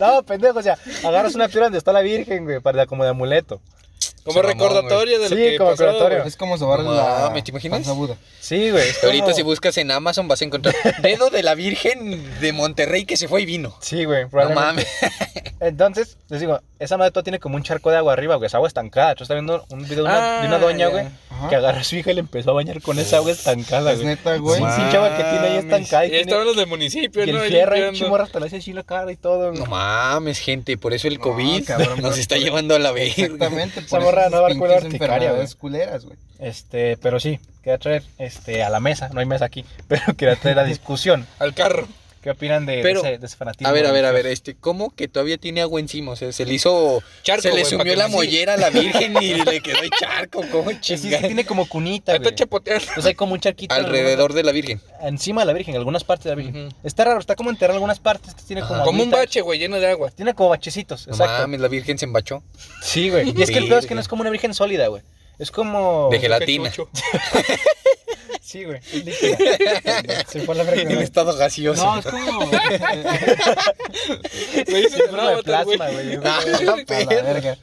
No, pendejo, o sea, agarras una piedra donde está la virgen, güey, para como de amuleto. Como Se mamó, recordatorio de lo Sí, que como pasó, recordatorio. güey. Es como sobar No la mames, ¿te imaginas? panza Buda. Sí, güey. es Ahorita como- si buscas en Amazon vas a encontrar dedo de la virgen de Monterrey que se fue y vino. Sí, güey, No probablemente. mames. Entonces, les digo, esa madre toda tiene como un charco de agua arriba, güey, es agua estancada. Yo estaba viendo un video de una, Ah, de una doña, ya. güey, Ajá. que agarró a su hija y le empezó a bañar con esa agua estancada, Es güey. neta, güey. Sí, sí, chava que tiene ahí estancada. Y Y, ahí tiene- estaban los del municipio, y ¿no? el Ahí fierro y limpiando. chimorra hasta le hace así la cara y todo, güey. No mames, gente. Por eso el No, COVID cabrón, nos por- pues, está llevando a la verga. Exactamente. Esa morra no va a curar pinches urticaria, enfermedades culeras, güey. Este, pero sí, quería traer este, a la mesa, no hay mesa aquí, pero quería traer la discusión. Al carro. ¿Qué opinan de, de Pero, ese, de ese fanatismo? A ver, a ver, a ver, este, ¿cómo que todavía tiene agua encima? O sea, se le hizo, Charco, se le güey, pa' sumió que la no se- mollera a la virgen y le quedó el charco, ¿cómo Sí, sí, sí, chingada? tiene como cunita, Ahí está güey. chapoteando. Entonces hay como un charquito. en alguna- Alrededor de la virgen. Encima de la virgen, en algunas partes de la virgen. Ujú. Está raro, está como enterrado en algunas partes, este tiene Ajá. como... Como un agüita, bache, güey, lleno de agua. Tiene como bachecitos, No exacto. mames, la virgen se embachó. Sí, güey. Y es que el peor es que no Virgen. es como una virgen sólida, güey. Es como. De gelatina. Qué chucho. Sí, güey. líquida. Se fue a la verga. En güey. estado gaseoso. No, es como. Le dicen el de avatar, güey. plasma, güey. Ah, A la perro. verga.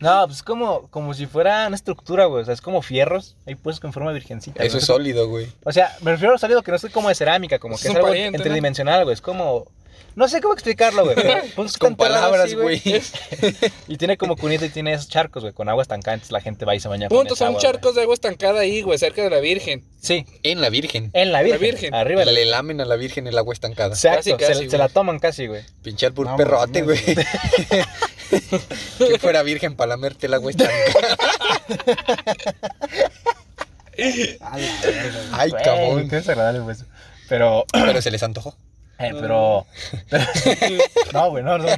No, pues es como, como si fuera una estructura, güey. O sea, es como fierros. Ahí puestos con forma de virgencita. Eso güey. es sólido, güey. O sea, me refiero a lo sólido que no es como de cerámica, como Es que es un algo pariente, ¿no? entredimensional, güey. Es como. No sé cómo explicarlo, güey. pero el punto es que Con está enterrado palabras, así, güey. Y tiene como cunita y tiene esos charcos, güey, con agua estancada. Entonces la gente va y se baña con Puntos esa son agua, charcos de agua estancada ahí, güey, cerca de la Virgen. güey. Sí, En la virgen. en la virgen. Virgen. Arriba de la Le lamen a la virgen el agua estancada. Exacto, Casi, se- casi, se, güey. la toman casi, güey. Pinchar por No perrote, güey. mames, que fuera virgen para lamerte el agua estancada. A la verga. Ay, Güey, cabrón. Qué desagradable fue eso. Pero, Pero se les antojó. eh, pero, pero- no, güey, no, no, no,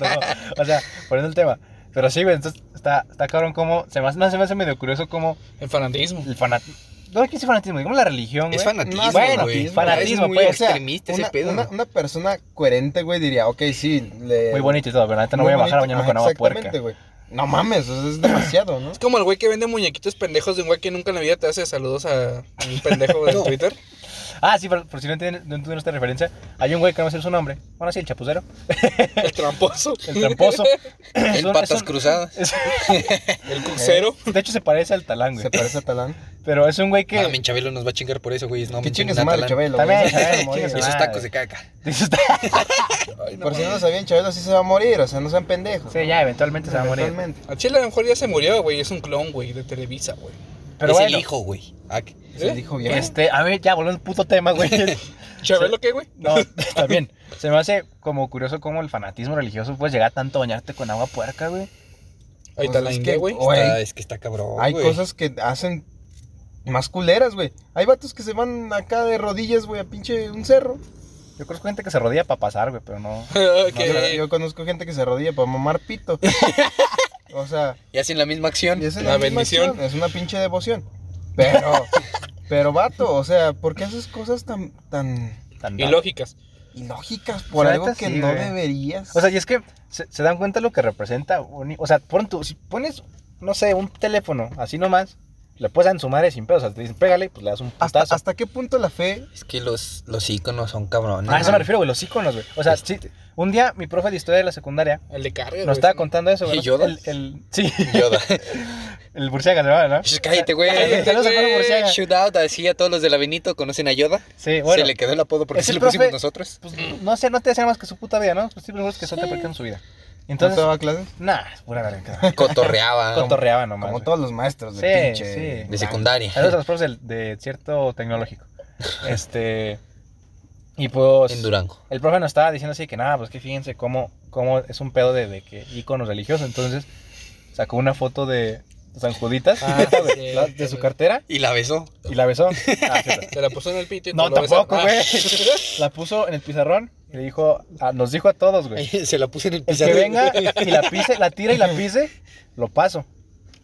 O sea, por eso el tema. Pero sí, güey, entonces está, está cabrón como, se me hace, no, se me hace medio curioso como En fanatismo. el fanatismo, no quise fanatismo, digamos la religión, güey. Es fanatismo, No, bueno, güey. fanatismo, Es muy pues. O sea, extremista ese una, pedo. una- ¿no? una persona coherente, güey, diría, ok, sí. Le... Muy bonito y todo, pero ahorita no muy voy a bajar a bonito. bañarme Ajá, con agua puerca. Exactamente, güey. No mames, o sea, es demasiado, ¿no? Es como el güey que vende muñequitos pendejos de un güey que nunca en la vida te hace saludos a un pendejo de No. Twitter. Ah, sí, pero por si no entienden, no entienden esta referencia, hay un güey que no sé su nombre. Bueno, sí, el chapucero, El tramposo. el tramposo. Es El un- patas es un- cruzadas. es- El crucero. de hecho, se parece al talán, güey. Se parece a Talán. Pero es un güey que. Ah, mi Chabelo nos va a chingar por eso, güey. No, Que me chingue su madre, Chabelo. güey. También, Se va a Chabelo, morir. chingue su Y esos madre. tacos de caca. Dices, Por si no lo sabían, Chabelo sí se va a morir. O sea, no sean pendejos. sí, ya, eventualmente se va a morir. Eventualmente. A Chile a lo mejor ya se murió, güey. Es un clon, güey, de Televisa, güey. Pero es bueno, el hijo, güey. Ah, que- Se dijo bien. este, a ver, ya, volvemos al puto tema, güey. ¿Chabelo qué, güey? No, también. Se me hace como curioso cómo el fanatismo religioso puede llegar a tanto a bañarte con agua puerca, güey. Ahí Pues está la es India, que- güey. Güey. está- es que está cabrón. Hay güey. cosas que hacen más culeras, güey. Hay vatos que se van acá de rodillas, güey, a pinche un cerro. Yo conozco gente que se rodilla para pasar, güey, pero no. O sea, que yo conozco gente que se rodilla para mamar pito. o sea, Y hacen la misma acción. y es La la misma bendición. acción, Es una pinche devoción. Pero, pero vato, o sea, ¿por qué haces cosas tan, tan Tan, Y lógicas. ilógicas por La algo neta, que sí, no güey. deberías? O sea, y es que se, se dan cuenta lo que representa. un i- o sea, pon tu- si pones, no sé, un teléfono así nomás, le puedes dar en su madre sin pedo. O sea, te dicen, pégale, pues le das un ¿Hasta, putazo. ¿Hasta qué punto la fe? Es que los, los íconos son cabrones. a eso me güey. refiero, güey, los íconos, güey. O sea, Este- sí, un día mi profe de historia de la secundaria El de carga, nos estaba contando eso, ¿Y güey. Yoda? El, el, sí, Yoda. el Burciaga, ¿no? Shh, Cállate, güey. Cállate, no se acuerda por si haga. Shootout, así a todos los de la Benito conocen a Yoda. Sí, bueno. Se le quedó el apodo porque Ese se lo profe- pusimos nosotros. pues, no sé, no te decía más que su puta vida, ¿no? Pues sí, pero es que eso te perdió en su vida. ¿No Entonces, te daba clases? nah, es pura verga. Cotorreaba. Cotorreaba nomás. Como güey. todos los maestros Sí, de pinche. sí. De secundaria. Saludos a los profes del- de, cierto tecnológico. Este. Y pues. En Durango. El profe nos estaba diciendo así que nada, pues que fíjense cómo, cómo es un pedo de, de que íconos religiosos. Entonces sacó una foto de San Juditas Ah, de, sí, la- de su cartera Y la besó. y la besó. Ah, cierto. Se la puso en el pito y No, tú lo besas. tampoco, Ah, güey. La puso en el pizarrón y le dijo, a- nos dijo a todos, güey. Se la puse en el El que pizarro. venga y la pise, la tira y la pise, lo paso.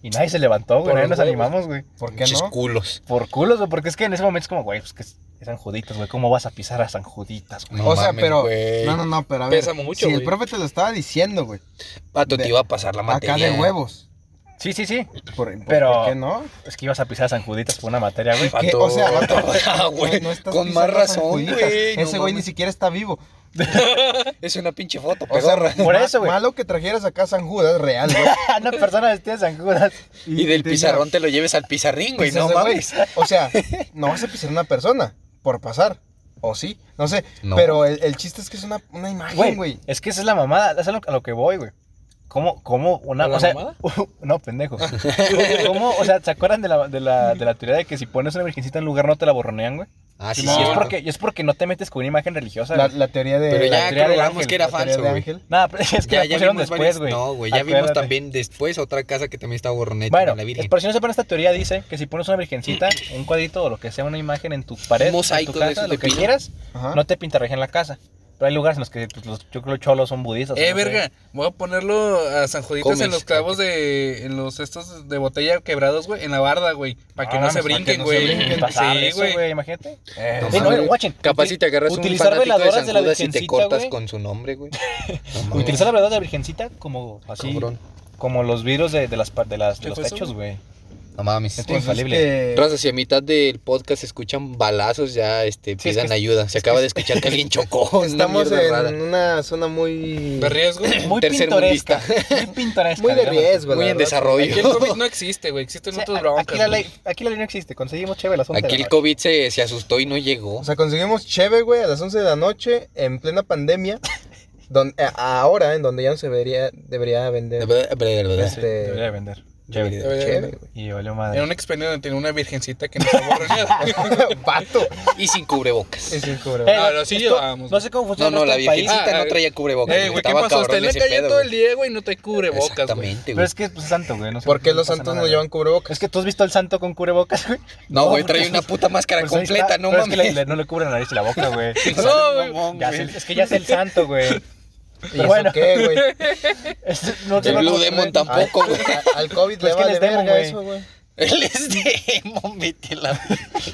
Y nadie se levantó, güey. Por Nadie los nos huevos. animamos, güey. ¿Por qué no? culos. Por culos, güey. Porque es que en ese momento es como, güey, pues que es es San Juditas, güey. ¿Cómo vas a pisar a San Juditas, güey? No o sea, mames, pero. güey. No, no, no, pero a ver. Pesa si mucho, el güey. profe te lo estaba diciendo, güey. Pato, de- te iba a pasar la materia. Acá de huevos. Sí, sí, sí. Por, por- Pero- ¿Por qué no? Es que ibas a pisar a San Juditas por una materia, güey. Pato, ¿Qué? O sea, vato, ah, güey, no estás con más pisando a San razón, Juditas. güey. no Ese güey ni mames. siquiera está vivo. Es una pinche foto, O sea, pedorra. por ma- eso, güey. Malo que trajeras acá a San Judas real, güey. una persona vestida de San Judas. Y del te pizarrón te lo lleves al pizarrín, güey. diga, No "Pisas, güey". mames. Pues O sea, no vas a pisar a una persona por pasar. O sí, no sé. No. Pero el, el chiste es que es una, una imagen, Güey, güey. es que esa es la mamada. Es a lo, a lo que voy, güey. ¿Cómo, cómo una... ¿A la o sea, mamada? no, pendejo. ¿Cómo, o sea, ¿se acuerdan de la, de, la, de la teoría de que si pones una virgencita en un lugar no te la borronean, güey? Ah, sí, Y es cierto. porque, y es porque no te metes con una imagen religiosa, La, güey. la teoría de. Pero la ya teoría del comprobamos ángel, que era teoría de falso, güey. Ángel. Nada, pero es que Ya, la ya pusieron vimos después, varias- güey. No, güey, ya vimos Acuérdate. también después otra casa que también estaba borroneta Bueno, la es Virgen. por si no sepan, esta teoría dice que si pones una virgencita, un cuadrito o lo que sea, una imagen en tu pared, Un mosaico en tu de casa, esos de lo que pino. quieras, Ajá. no te pinta regia en la casa. Pero hay lugares en los que pues, los, yo creo, cholos son budistas. Eh, no sé. verga, voy a ponerlo a San Juditas Comes. en los clavos de. en los estos de botella quebrados, güey, en la barda, güey. Para que Ah, no mames, se para que brinquen, no se güey. brinquen. Pasar Sí, eso, güey. güey, imagínate. Eh, No Sí, no, mames. eh, watchen. Capaz si te agarras un utilizar fanático de veladoras San de la Judas y te Virgencita, cortas güey. con su nombre, güey. No mames. Utilizar la verdad de la virgencita como así, Cabrón. como los vidrios de, de las, pa- de, las, de ¿Qué los fue eso, techos, güey. No mames. Es pues es infalible. que- Raza, si a mitad del podcast se escuchan balazos, ya este, Sí, es pidan que- ayuda. Se acaba de escuchar que alguien chocó. una Estamos mierda rara. en una zona muy. De riesgo. Muy Tercer pintoresca. Muy pintoresca. Muy de digamos. riesgo, Muy la en verdad. Aquí el COVID desarrollo. no existe, güey. Existen Sí, a- otros aquí, la broncas. ley, aquí la ley no existe. Conseguimos chévere las once de Aquí la el noche. COVID se, se asustó y no llegó. O sea, conseguimos cheve, güey, a las 11 de la noche, en plena pandemia. don- a- ahora, en donde ya no se debería, debería vender. Sí, este- debería de vender. Debería. Cheve, Y valió Era madre. un expendio donde tenía una virgencita que no estaba borroneada. güey. Vato. Y sin cubrebocas. Es el cobro. Eh, Ah, lo sí esto- llevábamos, No sé cómo No, funciona no, el la resto del país. virgencita Ah, no ah, traía cubrebocas. Eh, güey, ¿qué Estaba pasó? Está en cabrón la ese calle pedo, todo güey. el día, güey, no te cubre bocas, güey. Exactamente, Pero güey. es que pues, es santo, güey. No sé ¿Por qué no los pasa santos nada, no güey. llevan cubrebocas? Es que tú has visto al santo con cubrebocas, güey. No, güey, trae porque- una puta máscara Pues ahí completa, está. no Pero es que mames. le- le- no le cubre la nariz y la boca, güey. No, güey. Ya es el- es que ya es el santo, güey. ¿Y eso bueno. qué, güey? Este, no De sé, no- Blue no- Demon no- tampoco, Al- güey. Al COVID Pues le que les vale demo, verga güey. eso, güey. El este, vete la.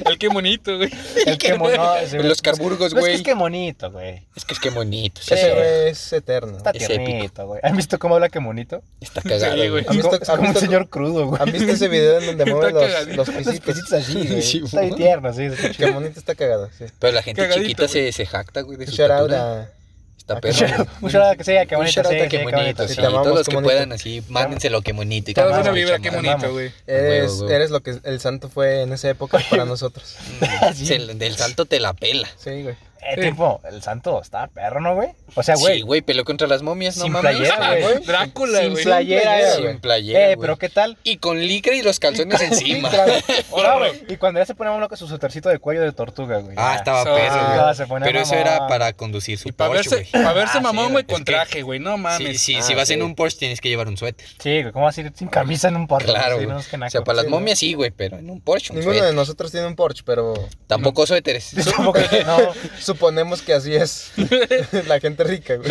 El que bonito, güey. El que mono- ese- Los carburgos, No, es que güey. es que monito, güey. Es que es que bonito. sí, Ese sí. güey es eterno. Está Es tiernito, güey. ¿Han visto cómo habla que monito? Está cagado, Sí, güey. güey. Es ¿Han como, visto- es han como un visto- señor crudo, güey. ¿Han visto ese video en donde mueve Está los, cagadito. los Los pisitos? pisitos así, güey. Sí, Está bien mamá. tierno, sí. está Que chido. monito está cagado, sí. Pero la gente Cagadito, chiquita güey. se, se jacta, güey, de su Escuchar estatura. ahora. Está Un perro. shout- Un shout que sea, que Un bonito, shout out sí, a sí, que que bonito, bonito. sí. Te amamos, Todos los qué que bonito. puedan, así, mándenselo, qué bonito. y Toda todo, buena güey, vibra, qué chamán. amamos. bonito, güey. Eres, Huevo, huevo. eres lo que el santo fue en esa época para nosotros. Mm, se- Del santo te la pela. Sí, güey. Eh, Sí. tipo, el santo está perro, ¿no, güey? O sea, Sí, güey. güey, peleó contra las momias, no Sin mames. playera, güey. güey. Drácula, Sin güey. playera, playera, güey. Sin playera, Eh, güey. pero ¿qué tal? Y con licra y los calzones encima. Hola, No, güey. güey. Y cuando ya se ponía uno con su suetercito de cuello de tortuga, güey. Ah, ya. estaba Ah, perro, güey. no, se ponía Pero eso mamón. era para conducir su Y para Porsche, verse, güey. pa' verse Ah, mamón, sí, güey, es con que- traje, güey. No Sí, mames. sí, Ah, si vas en sí. un Porsche tienes que llevar un suéter. Sí, güey, ¿cómo vas a ir sin camisa en un parque? Claro, Sí, güey. no, es que O naco. sea, para las sí, momias sí, güey, pero en un Porsche un Ninguno de suéter. nosotros tiene un Porsche, pero Tampoco suéteres. Sí, tampoco- no, suponemos que así es la gente rica, güey.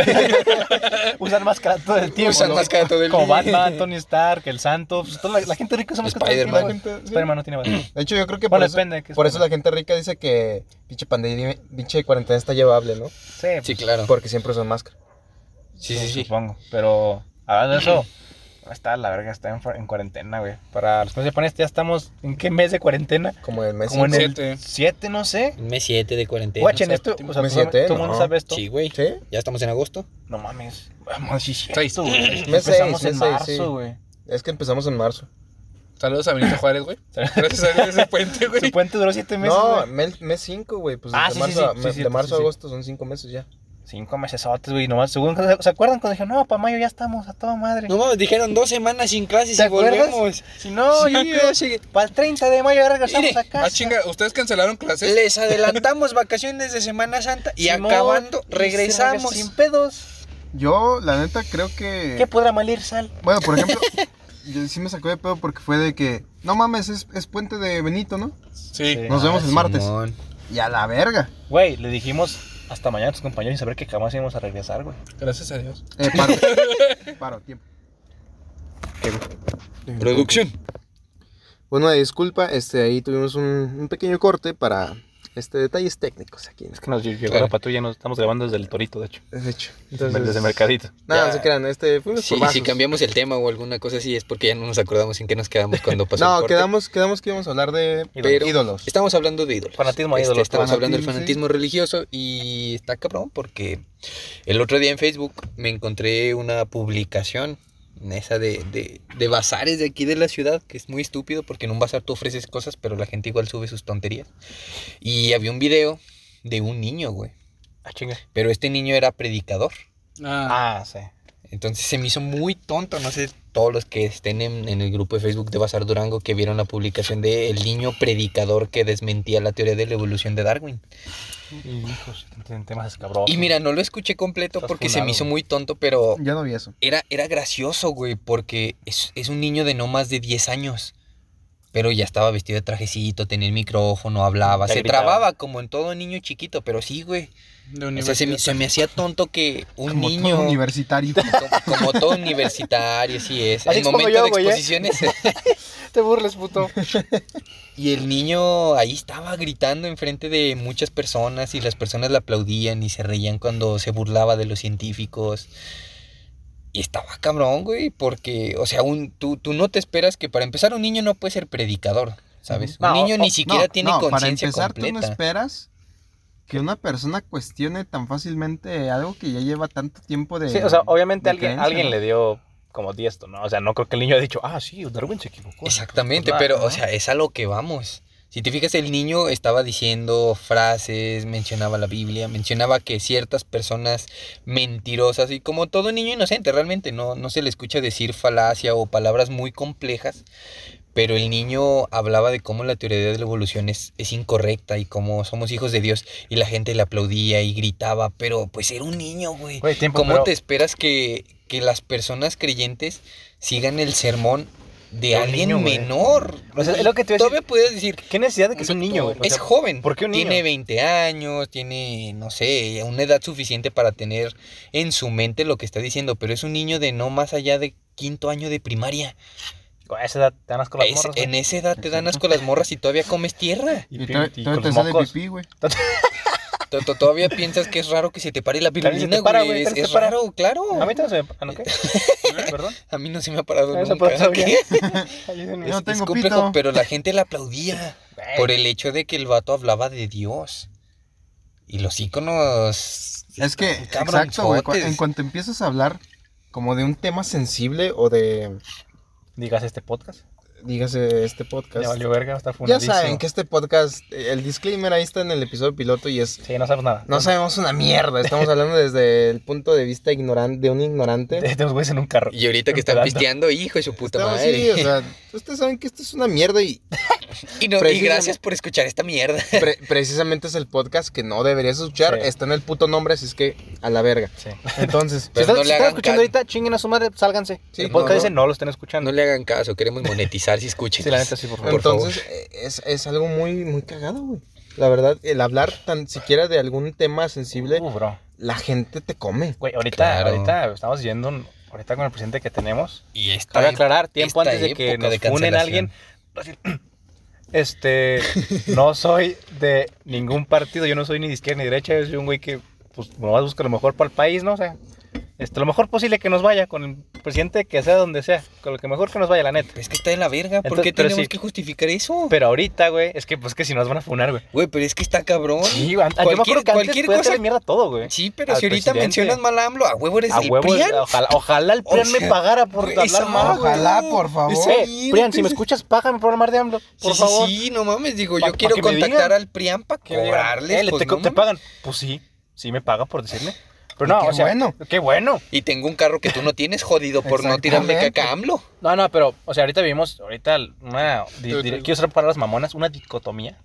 usan máscara todo el tiempo. Usan ¿no? máscara todo el Como día. Batman, Tony Stark, el santo. pues, toda la, la gente rica usa máscara todo el tiempo, Spider-Man. güey. Sí. Spider-Man no tiene Batman. De hecho, yo creo que por, Bueno, eso, depende de qué por eso la Spider-Man. gente rica dice que pinche pandemia, pinche cuarentena está llevable, ¿no? Sí, pues, Sí, claro. Porque siempre usan máscara. Sí, sí, sí. Supongo. Pero hablando de eso, está la verga, está en, en cuarentena, güey. Para los que no sepan, este ya estamos en qué mes de cuarentena. Como el mes. Como en siete. el 7, no sé. Un mes 7 de cuarentena. Guachen o sea, esto. O sea, mes todo siete, todo el mundo ¿no? sabe esto. Sí, güey. ¿Sí? Ya estamos en agosto. No mames. Vamos, sí, sí. Seis. esto, güey. Mes seis, Empezamos en mes seis, sí. marzo, güey. Es que empezamos en marzo. Saludos a Benito Juárez, güey. Gracias a ese puente, Su güey. puente duró siete meses. no, güey. mel- mes 5, güey. Pues Ah, de sí, sí, marzo, sí, a- sí, me- de cierto, marzo a sí, sí. agosto son 5 meses ya. Cinco meses güey. Nomás, según, ¿se acuerdan cuando dije, no, pa' mayo ya estamos a toda madre? No mames, dijeron dos semanas sin clases ¿Te y acuerdas? volvemos. Si no, Sí, yo güey. creo que para el 30 de mayo ya regresamos Mire, a Ah, casa. chinga, ¿ustedes cancelaron clases? Les adelantamos vacaciones de Semana Santa y Simón, acabando y se regresa regresamos. Sin pedos. Yo, la neta, creo que. ¿Qué podrá malir sal? Bueno, por ejemplo, yo sí me sacó de pedo porque fue de que, no mames, es, es puente de Benito, ¿no? Sí. Nos vemos el martes. Simón. Y a la verga. Güey, le dijimos hasta mañana a tus compañeros y saber que jamás íbamos a regresar, güey. Gracias a Dios. Eh, paro. paro, tiempo. Producción. Bueno, disculpa, este, ahí tuvimos un, un pequeño corte para este, detalles técnicos aquí. Es que nos llegó Claro. la patrulla, nos estamos grabando desde el torito, de hecho. De hecho, desde entonces. Mercadito. Nada, Ya. no se crean, este, fuimos Sí, por vasos. si cambiamos el tema o alguna cosa así es porque ya no nos acordamos en qué nos quedamos cuando pasó el No, corte. quedamos, quedamos que íbamos a hablar de Pero- ídolos. Estamos hablando de ídolos. Este, Fanatismo, ídolos, Estamos fanatismo, hablando del sí. fanatismo religioso y está cabrón porque el otro día en Facebook me encontré una publicación, esa de, de, de bazares de aquí de la ciudad, que es muy estúpido porque en un bazar tú ofreces cosas, pero la gente igual sube sus tonterías. Y había un video de un niño, güey. Ah, chinga. Pero este niño era predicador. Ah, Ah, sí. Entonces se me hizo muy tonto. No sé, todos los que estén en, en el grupo de Facebook de Bazar Durango que vieron la publicación de el niño predicador que desmentía la teoría de la evolución de Darwin. Y, hijos, tienen temas escabrosos. Y mira, no lo escuché completo Estás porque se funado, me hizo güey. muy tonto, pero Yo no vi eso. era, era gracioso, güey, porque es, es un niño de no más de 10 años. Pero ya estaba vestido de trajecito, tenía el micrófono, hablaba, Ya se gritaba. trababa como en todo niño chiquito, pero sí, güey. de O sea, se me, universidad. se me hacía tonto que un Como niño... todo universitario. Como- como todo universitario, sí es. Así En expongo momento yo, de güey, ¿eh? exposiciones. te burles, puto. Y el niño ahí estaba gritando enfrente de muchas personas y las personas le aplaudían y se reían cuando se burlaba de los científicos. Y estaba cabrón, güey, porque, o sea, un, tú, tú no te esperas que para empezar un niño no puede ser predicador, ¿sabes? No, un niño ni o- siquiera no, tiene no, conciencia Para empezar, tú no completa. esperas que una persona cuestione tan fácilmente algo que ya lleva tanto tiempo de. Sí, o sea, obviamente de alguien, creencia, alguien ¿no? le dio como diesto, ¿no? O sea, no creo que el niño haya dicho, ah, sí, Darwin se equivocó. Exactamente, Pues, pero, ¿no? o sea, es a lo que vamos. Si te fijas, el niño estaba diciendo frases, mencionaba la Biblia, mencionaba que ciertas personas mentirosas, y como todo niño inocente, realmente no, no se le escucha decir falacia o palabras muy complejas, pero el niño hablaba de cómo la teoría de la evolución es, es incorrecta y cómo somos hijos de Dios, y la gente le aplaudía y gritaba, pero pues era un niño, güey. Güey, tiempo, ¿Cómo pero- te esperas que, que las personas creyentes sigan el sermón de De un alguien niño, güey. menor? O sea, es lo que te iba a Todavía pudieras decir, ¿Qué necesidad de que sea un niño, güey? O es sea, joven. ¿por qué un niño? Tiene 20 años, tiene, no sé, una edad suficiente para tener en su mente lo que está diciendo, pero es un niño de no más allá de quinto año de primaria. A esa edad te dan asco las Es- morras, güey. en esa edad te dan asco las morras y todavía comes tierra. Y, pi- todavía- y todavía con te los sale mocos. pipí, güey. To- to- Todavía piensas que es raro que se te pare la También se pirulina, te para, güey. güey, Es, también es se para. raro, claro. A mí también se me... Ah, ¿no qué? ¿Perdón? A mí no se me ha parado Ah, nunca. eso puedo todavía. ¿Qué? Ayúdenme. Yo no Es, es tengo complejo, pito. pero la gente la aplaudía Güey, por el hecho de que el vato hablaba de Dios. Y los íconos... Es que, están exacto, güey. cua- En cabronzotes. cuanto empiezas a hablar como de un tema sensible o de, Digas este podcast. dígase, este Ya podcast. valió verga, está Ya funadísimo. saben que este podcast, eh, el disclaimer ahí está en el episodio piloto y es... Sí, no sabemos nada. No sabemos una mierda, estamos hablando desde el punto de vista ignorante, de un ignorante. De de los güeyes en un carro. Y ahorita que están Esperando. pisteando, hijo de su puta Estamos- madre. sí, o sea, ustedes saben que esto es una mierda y y, no- y precisamente- gracias por escuchar esta mierda. pre- precisamente es el podcast que no deberías escuchar. Sí. Está en el puto nombre, así es que a la verga. Sí. Entonces, Pero si están, no si le están hagan escuchando caso. ahorita, chinguen a su madre, sálganse. Sí, el podcast no, no. dice no lo están No escuchando. le hagan caso, queremos monetizar si escuchen. Sí, la neta sí, por favor. Por favor. entonces eh, es, es algo muy, muy cagado, güey. La verdad, el hablar tan siquiera de algún tema sensible, Uh, bro. la gente te come. Güey, ahorita, Claro. ahorita estamos yendo, ahorita con el presidente que tenemos. Y esta, Cabe aclarar, tiempo esta antes de que época nos de funen a alguien. Este, no soy de ningún partido, yo no soy ni de izquierda ni de derecha, yo soy un güey que, pues, nomás busca lo mejor para el país, ¿no? O sea, este, lo mejor posible que nos vaya, con el presidente que sea donde sea, con lo que mejor que nos vaya, la neta. Pero es que está de la verga, ¿por Entonces, qué pero tenemos sí. que justificar eso? Pero ahorita, güey, es que, pues, que si nos van a funar, güey. Güey, pero es que está cabrón. Sí, güey, an- yo me Cualquier- acuerdo que antes cualquier podía cosa- hacer mierda todo, güey. Sí, pero Al si ahorita presidente. mencionas mal a AMLO, a huevo eres A el huevos, PRIAN. ojalá, ojalá el O PRIAN me sea, pagara por Güey, esa hablar mal, madre, güey. Ojalá, no. por favor. Ese- Eh, Brian, si me escuchas, págame por hablar de AMLO, por sí, favor. Sí, sí, no mames, digo, Pa- yo pa quiero que me contactar digan. al PRIAN para Que me digan, cobrarles. eh, le pues, te, no te mames. pagan. Pues sí, sí me pagan por decirme. Pero Y no, qué o sea, bueno. qué bueno. Y tengo un carro que tú no tienes, jodido, por no tirarle Exactamente. caca a AMLO. No, no, pero, o sea, ahorita vivimos, ahorita una, di- Tú, di- tú. quiero usar palabras mamonas, una dicotomía.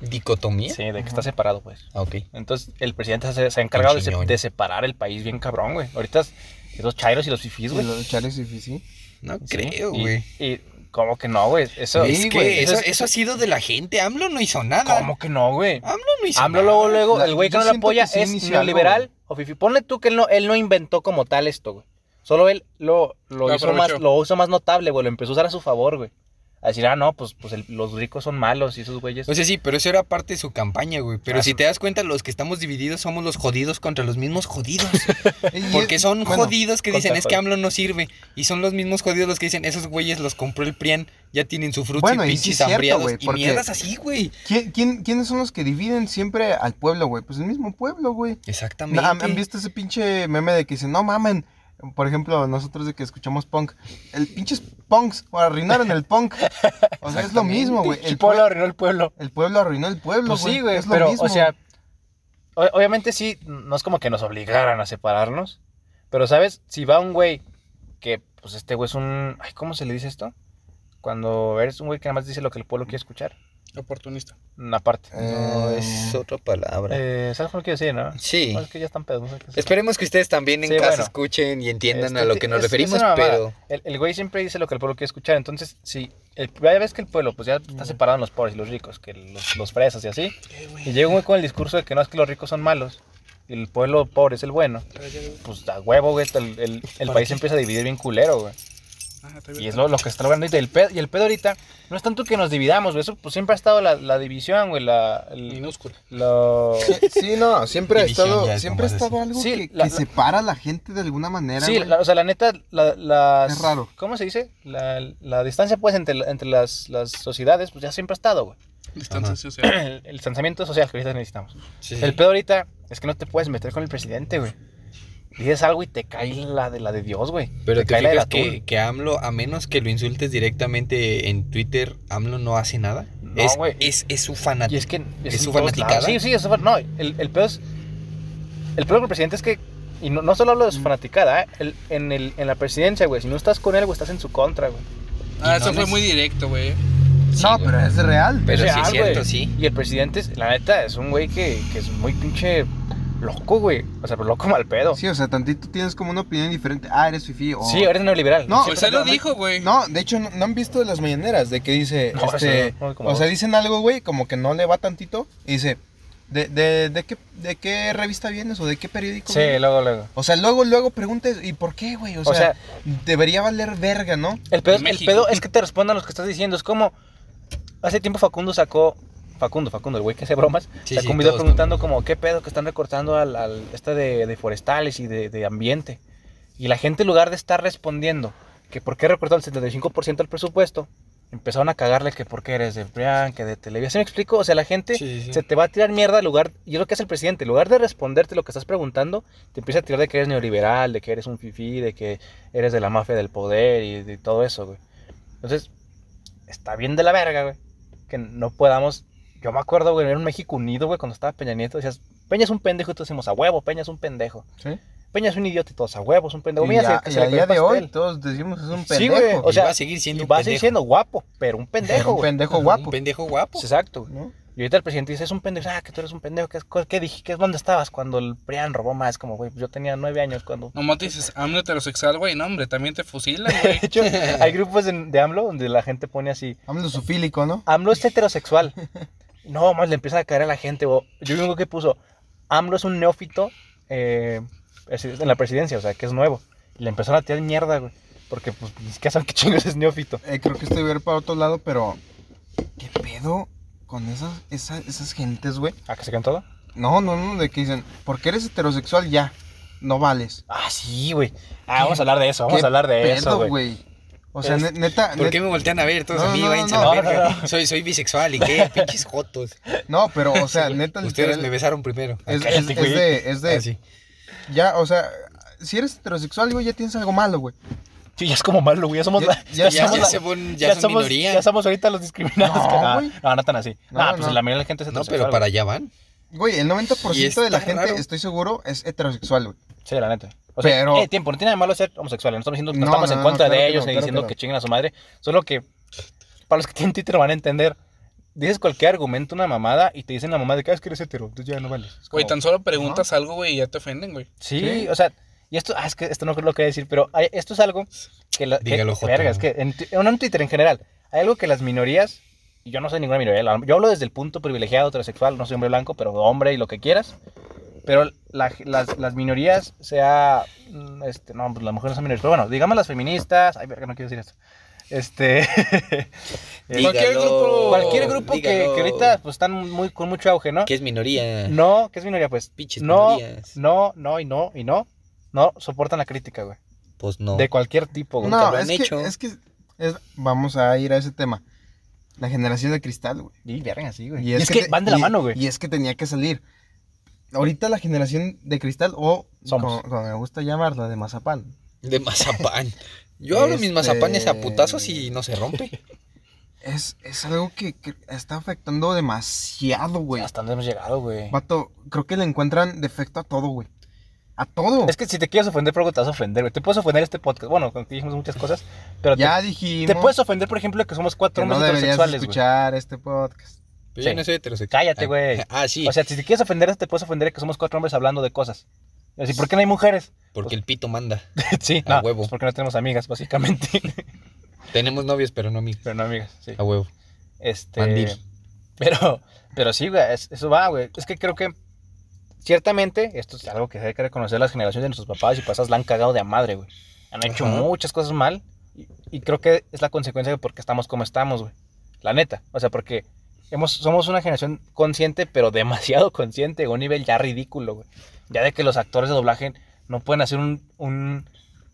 ¿Dicotomía? Sí, de que está separado, pues. Ah, ok. Entonces, el presidente se, se ha encargado de, se- Chiñón. de separar el país bien cabrón, güey. Ahorita es- es los chairos y los fifís, Y güey. los chales y fifí. No Sí, creo, y- güey. Y, como que no, güey. Eso, Es Sí, que güey, eso, eso ha sido de la gente. AMLO no hizo nada. ¿Cómo que no, güey? AMLO no hizo AMLO nada. luego, luego, La- el güey que yo no lo siento apoya que sí es inició neoliberal algo, o fifi. Ponle tú que él no, él no inventó como tal esto, güey. Solo él lo, lo, Lo hizo, más, aprovechó. lo hizo más notable, güey. Lo empezó a usar a su favor, güey. A decir, ah, no, pues, pues el- los ricos son malos y esos güeyes. Pues O sea, sí, pero eso era parte de su campaña, güey. Pero Ah, si sí. te das cuenta, los que estamos divididos somos los jodidos contra los mismos jodidos. Y- y- Porque son bueno, jodidos que contra dicen, es que jodidos". AMLO no sirve. Y son los mismos jodidos los que dicen, esos güeyes los compró el PRIAN, ya tienen su fruta Bueno, y y sí pinches es cierto, hambriados. güey, y porque- mierdas así, güey. ¿Quién, quién, quiénes son los que dividen siempre al pueblo, güey? Pues el mismo pueblo, güey. Exactamente. No, ¿Han, han visto ese pinche meme de que dicen, no mamen? Por ejemplo, nosotros de que escuchamos punk, el pinches punks o arruinaron el punk. O sea, es lo mismo, güey. el El, pueblo pue- arruinó el pueblo. el pueblo arruinó el pueblo, Pues güey. sí, güey. es lo Pero, mismo. o sea, o- obviamente sí, no es como que nos obligaran a separarnos. Pero, ¿sabes? Si va un güey que, pues este güey es un. Ay, ¿cómo se le dice esto? Cuando eres un güey que nada más dice lo que el pueblo quiere escuchar. Oportunista. Aparte. No, Eh, es otra palabra. Eh, ¿Sabes lo que quiero decir, no? sí. No, es que ya están pedos. no sé qué hacer. Esperemos que ustedes también en Sí, casa bueno. escuchen y entiendan Este, a lo que nos es- es referimos, una mamada. pero... El, el güey siempre dice lo que el pueblo quiere escuchar. Entonces, si. El, ya ves que el pueblo, pues ya está separado en los pobres y los ricos, que los, los fresas y así. Y llega un güey con el discurso de que no es que los ricos son malos y el pueblo pobre es el bueno. Ah, Pues da huevo, güey. El, el- el país se empieza a dividir bien culero, güey. Y es lo, lo que está logrando. ahorita. Y el, pedo, y el pedo ahorita no es tanto que nos dividamos, güey. Eso pues, siempre ha estado la, la división, güey. La, el- Minúscula. lo- Eh, sí, no, siempre ha División estado, ya, siempre ha como estado algo Sí, que, la- que la- separa a la gente de alguna manera, Sí, güey. la- o sea, la neta, la, las- Es raro. ¿Cómo se dice? La, la distancia, pues, entre, la- entre las, las sociedades, pues ya siempre ha estado, güey. Distancia Ajá. social. El, el distanciamiento social que ahorita necesitamos. Sí. El pedo ahorita es que no te puedes meter con el presidente, güey. Dices algo y te cae la de la de Dios, güey. Pero te, te cae la del fijas atún. que, que AMLO, a menos que lo insultes directamente en Twitter, AMLO no hace nada. No, es, güey. es, es su Y es fanatismo. que ¿Es en su todos fanaticada? lados. Sí, sí, es su fan- No, el, el pedo es. El pedo del presidente es que. Y no, no solo hablo Mm. de su fanaticada, ¿eh? El- en, el, en la presidencia, güey. Si no estás con él, güey, estás en su contra, güey. Ah, Y eso no fue les- muy directo, güey. no, pero es real. Pero O sea, sí es ah, güey. cierto, sí. Y el presidente, es- la neta, es un güey que, que es muy pinche loco, güey. O sea, pero loco mal pedo. Sí, Sí, o sea, tantito tienes como una opinión diferente. Ah, eres fifí o... eres neoliberal. No, Siempre Pues él lo te- dijo, güey. No, de hecho, no, no han visto las mañaneras de que dice, No, este, eso no, no, como o sea, dos. dicen algo, güey, como que no le va tantito, y dice, ¿De, de, de qué, ¿De qué revista vienes o de qué periódico? Sí, vienes? luego, luego. O sea, luego, luego preguntes, ¿y por qué, güey? O, O sea, sea, debería valer verga, ¿no? el pedo, el México. pedo es que te respondan los que estás diciendo. Es como. Hace tiempo Facundo sacó. Facundo, Facundo, el güey que hace bromas. Sí, sacó sí, un video todos, preguntando todos. como qué pedo que están recortando al, al esta de, de forestales y de, de ambiente. Y la gente en lugar de estar respondiendo que por qué recortaron el 75% del presupuesto, empezaron a cagarle que por qué eres de PRIAN, que de Televisa. ¿Sí me explico? O sea, la gente Sí, sí, sí. se te va a tirar mierda al lugar, y es lo que hace el presidente, en lugar de responderte lo que estás preguntando, te empieza a tirar de que eres neoliberal, de que eres un fifí, de que eres de la mafia del poder y de todo eso, güey. Entonces, está bien de la verga, güey, que no podamos... Yo me acuerdo, güey, era un México unido, güey, cuando estaba Peña Nieto, decías, Peña es un pendejo, y todos decimos, a huevo, Peña es un pendejo. Sí. Peña es un idiota y todos, a huevo, es un pendejo. y Mira, ya, se- y se le a cayó día el de hoy pastel. todos decimos es un Sí, pendejo. güey, o Y sea, va a seguir siendo Y un vas pendejo. diciendo guapo, pero un pendejo. un güey. pendejo Ajá, guapo. Un pendejo guapo. Exacto. güey. ¿no? Y ahorita el presidente dice, es un pendejo, ah, que tú eres un pendejo, que es, co- ¿qué dije? ¿Qué es dónde estabas cuando el PRIAN robó más? Como, güey, yo tenía nueve años cuando... Nomás te dices, AMLO heterosexual, güey. No, hombre, también te fusilan, güey. De hecho, hay grupos de, de AMLO donde la gente pone así, Hablo sufílico, ¿no? AMLO es heterosexual. No, más le empiezan a caer a la gente. o- Yo vi uno que puso, AMLO es un neófito eh, es- en la presidencia, o sea, que es nuevo. Y le empezaron a tirar mierda, güey. Porque, pues, ni siquiera saben qué chingos es neófito. Eh, creo que estoy ver para otro lado, pero ¿qué pedo con esas, esas, esas gentes, güey? ¿A que se quedan todo? No, no, no, de que dicen, porque eres heterosexual ya, no vales. Ah, sí, güey. Ah, vamos a hablar de eso, vamos a hablar de ¿Qué eso, pedo, güey. güey? O sea, Es- ne- neta, ¿Por net- qué me voltean a ver todos No, a mí? no, Váyanse a no, la no, verga. no, no. Soy, soy bisexual y qué, pinches jotos. no, pero, o sea, neta, Ustedes literal, me besaron primero. es, Cállate, es- es güey. Ah, de, es de, Así. ya, o sea, si eres heterosexual, güey, ya tienes algo malo, güey. Sí, ya es como malo, güey. Ya somos, Ya- la- ya Ya, somos ya la- se pon- ya son somos, minoría. ya somos ahorita los discriminados. No, cara. güey. no, no tan así. No, No, pues no. la mayoría de la gente es No, heterosexual, pero para güey. allá van. Güey, el 90% de la está gente, raro. estoy seguro, es heterosexual, güey. Sí, la neta. O sea, Pero- eh, tiempo, no tiene nada de malo ser homosexual. No estamos, diciendo, no No, estamos no, en no, contra claro de que ellos no, ni claro diciendo que no. que chinguen a su madre. Solo que para los que tienen Twitter van a entender. Dices cualquier argumento, una mamada, y te dicen la mamada de que "Ah, es que eres hetero. Entonces ya no vales. Es Güey, como- tan solo preguntas algo, güey, y ya te ofenden, güey. Sí, Sí. o sea, y esto, ah, es que esto no creo lo que decir, pero hay- esto es algo que, la, que- Dígalo, que Joto. verga, es que en, tu- no en Twitter en general, hay algo que las minorías, y yo no soy ninguna minoría, la- yo hablo desde el punto privilegiado, heterosexual, no soy hombre blanco, pero hombre y lo que quieras, pero la- las, las minorías, sea, mm, este, no, pues las mujeres no son minorías, pero bueno, digamos las feministas, ay, verga, no quiero decir esto, este, Cualquier Dígalo, grupo- Eh, cualquier grupo que, dígalo. que ahorita pues están muy, con mucho auge, ¿no? Que es minoría. No, ¿qué es minoría? Pues Pinches no, minorías. no, no y no y no. No soportan la crítica, güey. Pues no. De cualquier tipo, güey. No, lo es han que, hecho. es que, es- vamos a ir a ese tema. La generación de cristal, güey. Y verga, así, güey. Y es, que, te- van de la y- mano, güey. Y es que tenía que salir. Ahorita la generación de cristal, o Somos. Como, como me gusta llamarla, de mazapán. De mazapán. Yo hablo mis Este- mazapanes a putazos y no se rompe. Es, es algo que, que está afectando demasiado, güey. Hasta donde hemos llegado, güey. Vato, creo que le encuentran defecto a todo, güey. A todo. Es que si te quieres ofender por algo, te vas a ofender, güey. Te puedes ofender este podcast. Bueno, con que dijimos muchas cosas, pero te- ya te, dijimos puedes ofender, por ejemplo, que somos cuatro que no hombres deberías heterosexuales, güey. escuchar este podcast. Pero yo Sí. no soy heterosexual. Cállate, Ah, güey. Ah, sí. O sea, si te quieres ofender, te puedes ofender que somos cuatro hombres hablando de cosas. Y Así, ¿por qué no hay mujeres? porque el pito manda. sí, A no, huevo. pues porque no tenemos amigas, básicamente. Tenemos novios, pero no amigos. pero no amigas, sí. A huevo. Este. Mandil. Pero, pero sí, güey, es- eso va, güey. Es que creo que, ciertamente, esto es algo que hay que reconocer las generaciones de nuestros papás y pasas la han cagado de a madre, güey. Han hecho Ajá. muchas cosas mal y, y creo que es la consecuencia de por qué estamos como estamos, güey. La neta. O sea, porque hemos, somos una generación consciente, pero demasiado consciente, a un nivel ya ridículo, güey. Ya de que los actores de doblaje no pueden hacer un, un,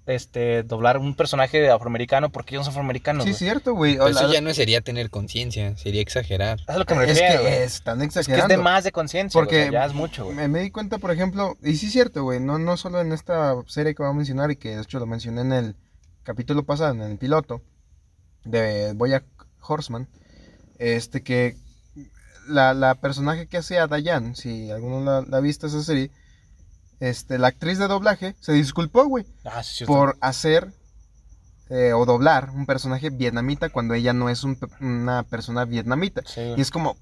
este, doblar un personaje de afroamericano porque ellos son afroamericanos, sí, güey. Pues es cierto, güey. Pero eso Hola. ya no sería tener conciencia, sería exagerar. Es a lo que me es refiero, güey. que están Es que es exagerando. de más de conciencia, Porque Porque ya es mucho, güey. Me, me di cuenta, por ejemplo, y sí es cierto, güey, no, no solo en esta serie que voy a mencionar y que de hecho lo mencioné en el capítulo pasado, en el piloto de Boya Horseman, este que la, la personaje que hace a Dayan, si alguno la, la ha visto esa serie, este, la actriz de doblaje se disculpó, güey, Ah, sí, es cierto. por hacer eh, o doblar un personaje vietnamita cuando ella no es un pe- una persona vietnamita. Sí, güey. Y es como,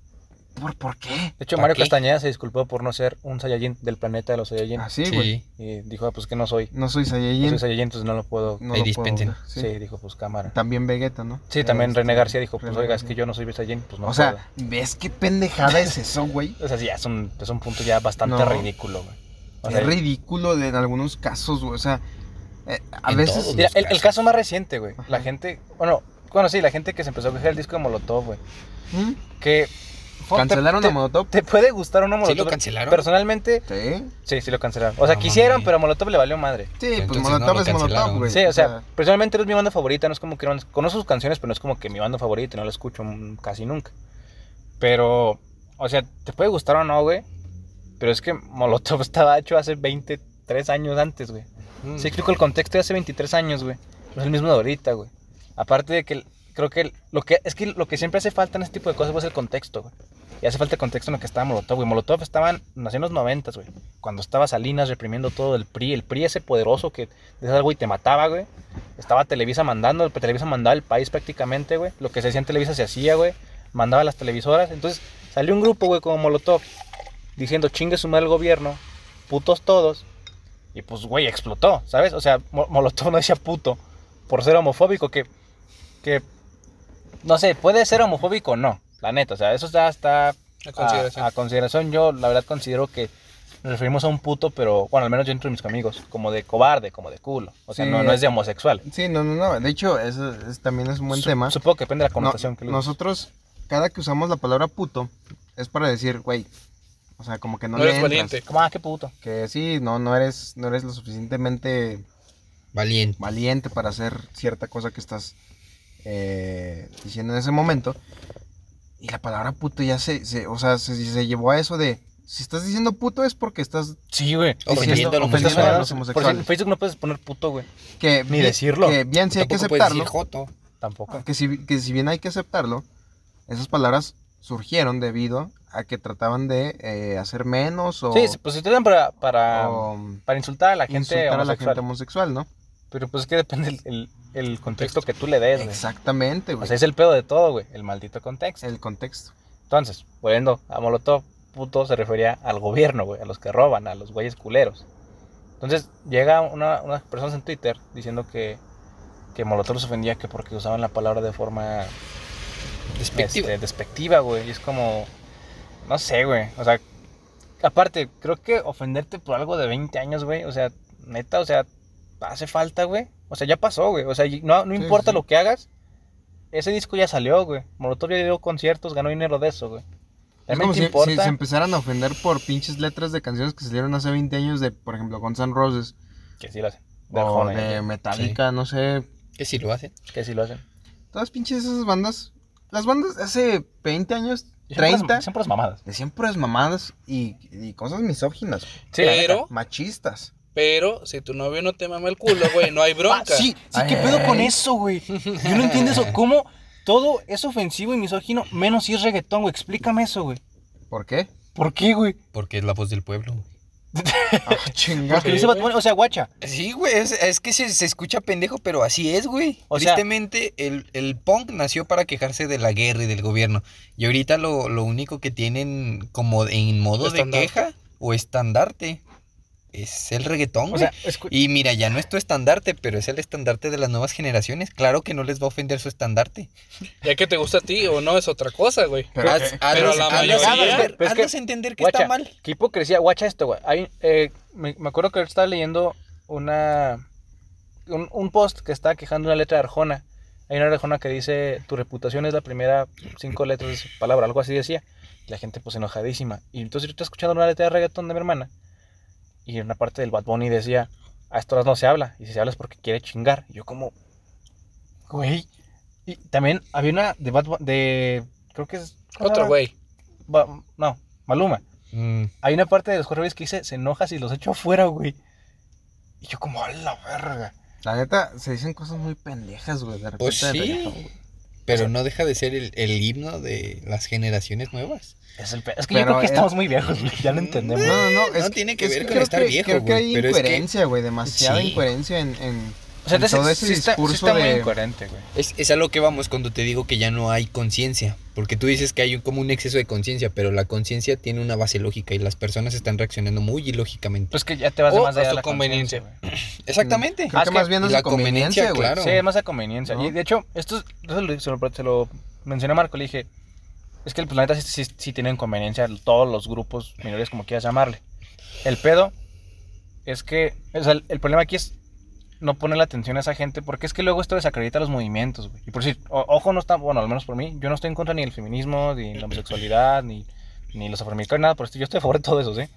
¿Por, por qué? De hecho, ¿Pa' Mario qué? Castañeda se disculpó por no ser un Saiyajin del planeta de los Saiyajin. Así, Sí. güey. Y dijo, ah, pues que no soy. No soy No Saiyajin. soy Saiyajin, entonces no lo puedo. no Ahí lo puedo dispensen. usar, Sí. sí. dijo, pues cámara. También Vegeta, ¿no? Sí, también Este, René García dijo, pues René oiga, es que García. yo no soy Saiyajin, pues no o puedo. sea, ¿ves qué pendejada es eso, güey? O sea, sí, ya es un, es un punto ya bastante No. ridículo, güey. O sea, es ridículo de- en algunos casos, güey. O sea, eh, a En veces. todos. mira, el, el caso más reciente, güey. La Ajá. gente, bueno, bueno, sí, la gente que se empezó a quejar el disco de Molotov, güey. ¿Mm? Que fue- ¿Cancelaron te, a Molotov? te puede gustar o no Molotov. lo cancelaron? Personalmente, Sí. sí, sí lo cancelaron. O sea, No quisieron, mames. pero a Molotov le valió madre. Sí, pues Entonces no Molotov lo es Molotov, cancelaron. güey. Sí, o sea, personalmente eres mi banda favorita, no es como que no, conozco sus canciones, pero no es como que mi banda favorita, no la escucho mm, casi nunca. Pero, o sea, te puede gustar o no, güey, pero es que Molotov estaba hecho hace 23 años antes, güey. Mm. Sí, explico el contexto de hace 23 años, güey. No es el mismo de ahorita, güey. Aparte de que el- creo que el- lo que es que lo que siempre hace falta en este tipo de cosas güey, es el contexto, güey. Y hace falta el contexto en el que estaba Molotov, güey. Molotov estaban nació en los 90, güey. Cuando estaba Salinas reprimiendo todo el PRI, el PRI ese poderoso que decías algo y te mataba, güey. Estaba Televisa mandando, Televisa mandaba el país prácticamente, güey. Lo que se hacía en Televisa se hacía, güey. Mandaba las televisoras. Entonces salió un grupo, güey, como Molotov, diciendo chingue su madre el gobierno, putos todos. Y pues, güey, explotó, ¿sabes? O sea, Mo- Molotov no decía puto por ser homofóbico, que, que, no sé, puede ser homofóbico o no, la neta, o sea, eso ya está a, A a consideración. consideración, yo la verdad considero que nos referimos a un puto, pero bueno, al menos yo entre mis amigos, como de cobarde, como de culo. O sea, Sí. no, no es de homosexual. Sí, no, no, no. De hecho, eso es- también es un buen Su- tema. Supongo que depende de la No, connotación que le nosotros, cada que usamos la palabra puto, es para decir, güey, o sea, como que no, no, le eres entras. valiente. Como, ah, qué puto. Que sí, no, no eres, no eres lo suficientemente Valiente. valiente para hacer cierta cosa que estás eh, diciendo en ese momento. Y la palabra puto ya se, se- o sea, se, se llevó a eso de, si estás diciendo puto es porque estás Sí, güey. Ofendiendo a los ofendiendo a los Por eso homosexuales. en homosexuales. Facebook no puedes poner puto, güey. Que ni bien- decirlo. Que bien sí hay que Tampoco puedes decir aceptarlo. joto. Tampoco. que si, que si bien hay que aceptarlo, esas palabras surgieron debido a que trataban de eh, hacer menos o, Sí, sí, pues se utilizan para, para, o para insultar a la gente insultar a la homosexual. gente homosexual, ¿no? Pero pues es que depende el, el- el contexto que tú le des, güey. Exactamente, O güey. sea, es el pedo de todo, güey. El maldito contexto. El contexto. Entonces, volviendo a Molotov, puto se refería al gobierno, güey, a los que roban, a los güeyes culeros. Entonces, llega una, unas personas en Twitter diciendo que, que Molotov los ofendía que porque usaban la palabra de forma Despectivo. este, despectiva, güey. Y es como, no sé, güey. O sea, aparte, creo que ofenderte por algo de 20 años, güey. O sea, neta, o sea, hace falta, güey. O sea, ya pasó, güey. O sea, y no, no Sí, importa sí. lo que hagas. Ese disco ya salió, güey. Molotov ya dio conciertos, ganó dinero de eso, güey. Es como Realmente si, si importa. se empezaran a ofender por pinches letras de canciones que salieron hace 20 años de, por ejemplo, Guns N' Roses Que sí lo hacen. De o Arjona, de Metallica, no sé. Que si lo hacen. Que sí lo hacen. Todas pinches esas bandas. Las bandas de hace 20 años, Y son puras- 30, Son puras mamadas. decían puras mamadas y, y cosas misóginas, la pero, machistas. pero, si tu novio no te mama el culo, güey, no hay Ah, bronca. sí, sí, ¿qué pedo con eso, güey? Yo no entiendo eso. ¿Cómo todo es ofensivo y misógino menos si es reggaetón, güey? Explícame eso, güey. ¿Por qué? ¿Por qué, güey? Porque es la voz del pueblo. Ah, chinga. Porque lo dice Bad Bunny, o sea, guacha. Sí, güey. Es, es que se, se escucha pendejo, pero así es, güey. O sea- Tristemente, el, el punk nació para quejarse de la guerra y del gobierno. Y ahorita lo, lo único que tienen como en modo Estandarte. de queja o estandarte es el reggaetón, O güey. sea, escu- Y mira, ya no es tu estandarte, pero es el estandarte de las nuevas generaciones. Claro que no les va a ofender su estandarte. Ya que te gusta a ti o no es otra cosa, güey. Pero, Haz- eh, pero hazlos- la hazlos mayoría- entender- Pero es Ah, que- hazlos entender que guacha, está mal. Qué hipocresía, guacha esto, güey. Hay, eh, me, me acuerdo que estaba leyendo una un, un post que estaba quejando una letra de Arjona. Hay una Arjona que dice, tu reputación es la primera cinco letras de su palabra, algo así decía. Y la gente pues enojadísima. Y entonces yo estaba escuchando una letra de reggaetón de mi hermana. Y en una parte del Bad Bunny decía, a estas horas no se habla. Y si se habla es porque quiere chingar. Y yo como, güey. Y también había una de Bad Bu- de, creo que es... Otro güey. Ba- No, Maluma. Mm, Hay una parte de los Jorge Luis que dice, se enoja si los echo afuera, güey. Y yo como, a la verga. La neta, se dicen cosas muy pendejas, güey. De repente. Pues de sí. reggaetón, güey. Pero no deja de ser el, el himno de las generaciones nuevas. Es, el pe- es que yo Pero creo que es- estamos muy viejos, güey. Ya lo entendemos. No, no, no. No tiene que ver con creo estar viejo, Creo que güey, hay pero es que- incoherencia, güey. Demasiada Sí. incoherencia en, en, O sea, en te- todo sí ese está- sí discurso está muy de- incoherente, güey. Es, es a lo que vamos cuando te digo que ya no hay conciencia. Porque tú dices que hay un- como un exceso de conciencia, pero la conciencia tiene una base lógica y las personas están reaccionando muy ilógicamente. Pues que ya te vas de O más allá a de su la conveniencia. conciencia, güey. Exactamente. Creo Ah, que es más que bien es la la conveniencia, conveniencia, güey. claro. Sí, es más a conveniencia. Ajá. Y de hecho, esto es- eso lo- se lo, se lo mencioné a Marco, le dije, es que el planeta sí, sí, sí tienen conveniencia todos los grupos minorías, como quieras llamarle. El pedo es que, o sea, el, el problema aquí es no poner la atención a esa gente, porque es que luego esto desacredita los movimientos, güey. Y por decir, o- ojo, no está, bueno, al menos por mí, yo no estoy en contra ni del feminismo, ni la homosexualidad, ni, ni los afroamericanos, nada, por esto, yo estoy a favor de todo eso, ¿sí?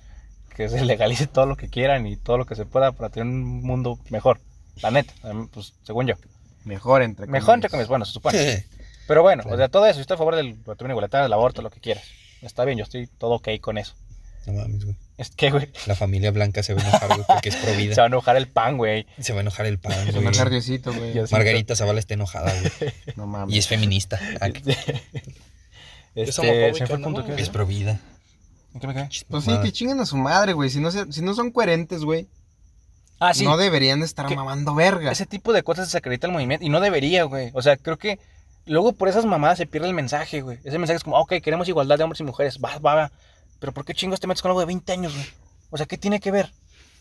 Que se legalice todo lo que quieran y todo lo que se pueda para tener un mundo mejor. La neta, a mí, pues, según yo. Mejor entre comillas. Mejor entre comillas, bueno, se supone. Pero bueno, Claro. o sea, todo eso, yo estoy a favor del matrimonio igualitario, del aborto, lo que quieras. Está bien, yo estoy todo ok con eso. No mames, güey. Es que, güey, La familia blanca se va a enojar, güey, porque es provida. se va a enojar el pan, güey. Se va a enojar el pan, Se güey. me hace nerviosito, güey. Yo siento- Margarita Zavala está enojada, güey. No Y mames. es feminista. Ah, que- Es Este, homofóbica, se me fue el ¿no? punto que iba a Es decir. provida. ¿En qué me quedé? Pues sí, que chinguen a su madre, güey. Si no, se- si no son coherentes, güey, Ah, sí. no deberían estar Que- mamando verga. Ese tipo de cosas desacredita el movimiento y no debería, güey. O sea, creo que luego por esas mamadas se pierde el mensaje, güey. Ese mensaje es como, "Ah, ok, queremos igualdad de hombres y mujeres, va, va, va. Pero ¿por qué chingos te metes con algo de 20 años, güey? O sea, ¿qué tiene que ver?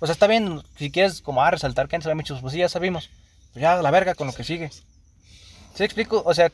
O sea, está bien, si quieres como ah, resaltar que antes habían muchos, pues sí, ya sabemos. Pues ya, a la verga con lo que sigue. ¿Sí explico? O sea...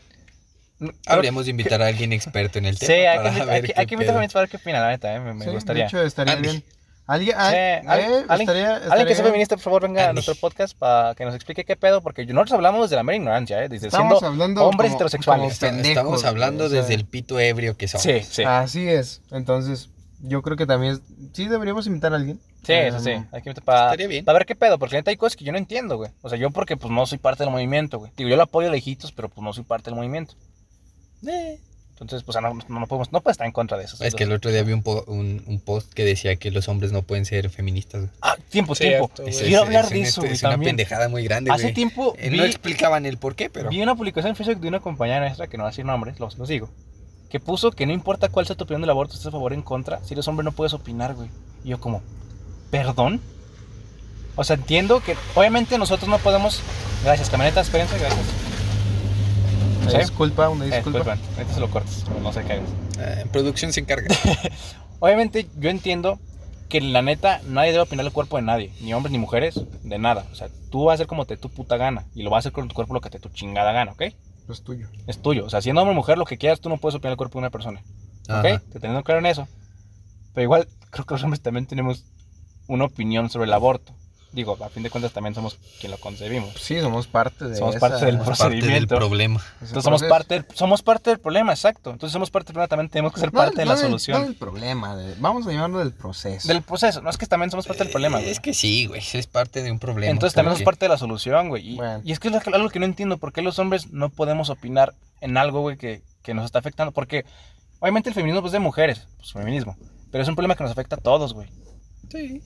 no- Habríamos de invitar a alguien experto en el Sí, tema. hay que para invitar- ver hay que- qué hay que invitar pedo. a Benito para ver qué opina, la neta, eh, me, me Sí, gustaría. De hecho, estaría Andy. bien. Alguien, Sí, ay, al- eh, alguien- estaría, Alguien que sea estaría- feminista, por favor, venga a Andy. nuestro podcast para que nos explique qué pedo, porque nosotros hablamos de la mera ignorancia, ¿eh? Desde Estamos siendo hablando hombres como- heterosexuales. Está- pendejos, Estamos güey, hablando o sea. desde el pito ebrio que somos. Sí, sí. Así es. Entonces, yo creo que también es- sí deberíamos invitar a alguien. Sí, Pero eso sí. no. Hay que para, Ah, Estaría bien. ver qué pedo, porque la neta hay cosas que yo no entiendo, güey. O sea, yo porque pues no soy parte del movimiento, güey. Digo, yo lo apoyo lejitos, pero pues no soy parte del movimiento. Eh. Entonces, pues no, no, no podemos, no puedes estar en contra de eso. Es que el otro día vi un, po- un, un post que decía que los hombres no pueden ser feministas. güey. Ah, tiempo, Sí, tiempo. harto, güey. Es- Quiero es- hablar es de un- este, eso, es güey, una también. pendejada muy grande, Hace güey. tiempo Eh, vi, No explicaban el por qué, pero... vi una publicación en Facebook de una compañera nuestra, que no va a decir nombres, los, los digo, que puso que no importa cuál sea tu opinión del aborto, estés a favor o en contra, si eres hombre no puedes opinar, güey. Y yo como, ¿perdón? O sea, entiendo que obviamente nosotros no podemos... Gracias, camioneta, espérense, gracias. Una Sí. disculpa, una Eh, disculpa. disculpen, ahorita se lo cortas, pero no se caigas. Eh, producción se encarga. Obviamente, yo entiendo que la neta nadie debe opinar el cuerpo de nadie, ni hombres ni mujeres, de nada. O sea, tú vas a hacer como te dé tu puta gana y lo vas a hacer con tu cuerpo lo que te dé tu chingada gana, ¿ok? Lo es Pues tuyo. Es tuyo. O sea, siendo hombre o mujer, lo que quieras, tú no puedes opinar el cuerpo de una persona, ¿ok? Ajá. Te teniendo claro en eso. Pero igual, creo que los hombres también tenemos una opinión sobre el aborto. Digo, a fin de cuentas también somos quien lo concebimos. Sí, somos parte de Somos esa- parte del ese proceso. Parte del Procedimiento. problema. Entonces somos proceso. parte, del- somos parte del problema, exacto. Entonces somos parte del problema, también tenemos que ser No parte del- de no la del- solución. No del problema, de- vamos a llamarlo del proceso. Del proceso, no es que también somos parte del problema, Eh, güey. Es que sí, güey. Es parte de un problema. Entonces también porque- es parte de la solución, güey. Y, Bueno. y es que es lo- algo que no entiendo, ¿por qué los hombres no podemos opinar en algo, güey, que, que nos está afectando? Porque obviamente el feminismo pues, es de mujeres, pues feminismo, pero es un problema que nos afecta a todos, güey. Sí.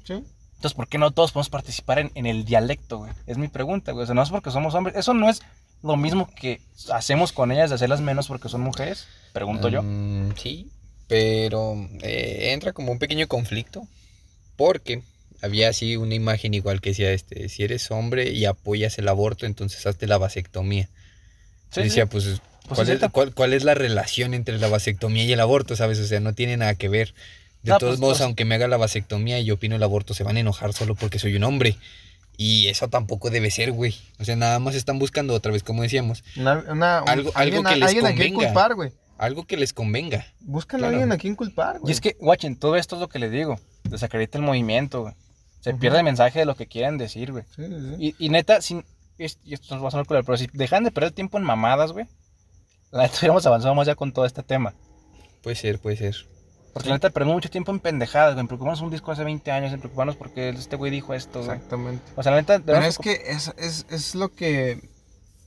Entonces, ¿por qué no todos podemos participar en, en el dialecto, güey? Es mi pregunta, güey. O sea, no es porque somos hombres, eso no es lo mismo que hacemos con ellas de hacerlas menos porque son mujeres, pregunto yo. Mm, Sí, pero eh, entra como un pequeño conflicto porque había así una imagen igual que decía este, si eres hombre y apoyas el aborto, entonces hazte la vasectomía. Sí, Yo sí, decía, pues, pues, ¿cuál, sí, es, cierto. cuál- cuál es la relación entre la vasectomía y el aborto? ¿Sabes? O sea, no tiene nada que ver. De No, todos pues, modos, pues- aunque me haga la vasectomía y yo opino el aborto, se van a enojar solo porque soy un hombre. Y eso tampoco debe ser, güey. O sea, nada más están buscando otra vez, como decíamos, Una- una- un- Algo- algo alguien, que les alguien a quien convenga. culpar, güey. algo que les convenga. Buscan a Claro. alguien a quien culpar, güey. Y es que, guachen, todo esto es lo que les digo. Desacredita el movimiento, güey. Se Ujú. pierde el mensaje de lo que quieren decir, güey. Sí, sí, sí. Y, y neta, sin, es- y esto nos va a sonar culero, pero si dejan de perder el tiempo en mamadas, güey, la neta hubiéramos avanzado más ya con todo este tema. Puede ser, puede ser. Porque la neta perdemos mucho tiempo en pendejadas, güey, en preocuparnos un disco hace 20 años, en preocuparnos porque este güey dijo esto, güey. Exactamente. O sea, la neta, Pero debemos es que es, es, es lo que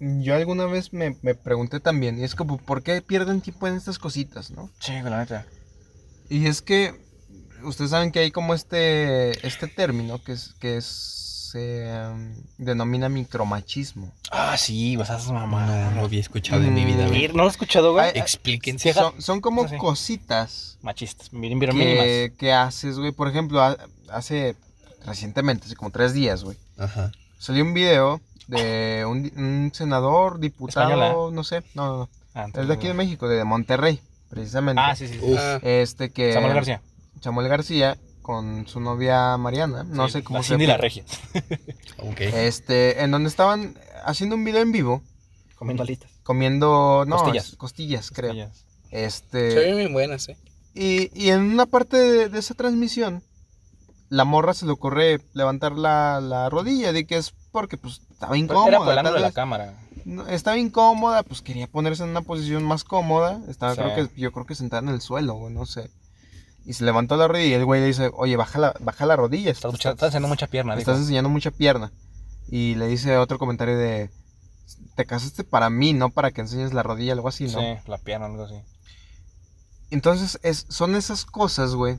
yo alguna vez me, me pregunté también. Y es como, ¿por qué pierden tiempo en estas cositas, no? Sí, güey, la neta. Y es que ustedes saben que hay como este, este término que, es, que es- se em, denomina micromachismo. Ah, sí, güey, esas No, mamadas. no había escuchado en mi vida, Mm. güey. No lo he escuchado, güey. Ay, ay, Explíquense. Deja- Son, son como eso sí. cositas Machistas, miren, miren, mínimas. Ah, que, que haces, güey. Por ejemplo, ha- hace recientemente, hace como tres días, güey. Ajá. Salió un video de un, di- un senador, diputado, Española. no sé, no, no, no. Ah, entonces, Es de aquí de México, de Monterrey, precisamente. Ah, sí, sí. sí. Uf. Ah, Este que... Samuel García. Samuel García con su novia Mariana, no Sí, sé cómo la se Cindy la llama. regia. Ok. Este, en donde estaban haciendo un video en vivo Comiendo alitas. comiendo, no, Costillas. es- costillas, creo. Ellas. Este, se ven muy buenas, eh. Y, y en una parte de, de esa transmisión, la morra se le ocurre levantar la, la rodilla, de que es porque pues estaba Pero Era incómoda. por el ángulo tal de la vez. cámara. No, Estaba incómoda, pues quería ponerse en una posición más cómoda. Estaba, Sí. creo que, yo creo que sentada en el suelo, güey, no sé. Y se levantó la rodilla y el güey le dice, oye, baja la, baja la rodilla. Estás, estás- estás haciendo mucha pierna. estás dijo. enseñando mucha pierna. Y le dice otro comentario de, te casaste para mí, no para que enseñes la rodilla, algo así, ¿no? Sí, la pierna, algo así. Entonces, es, son esas cosas, güey.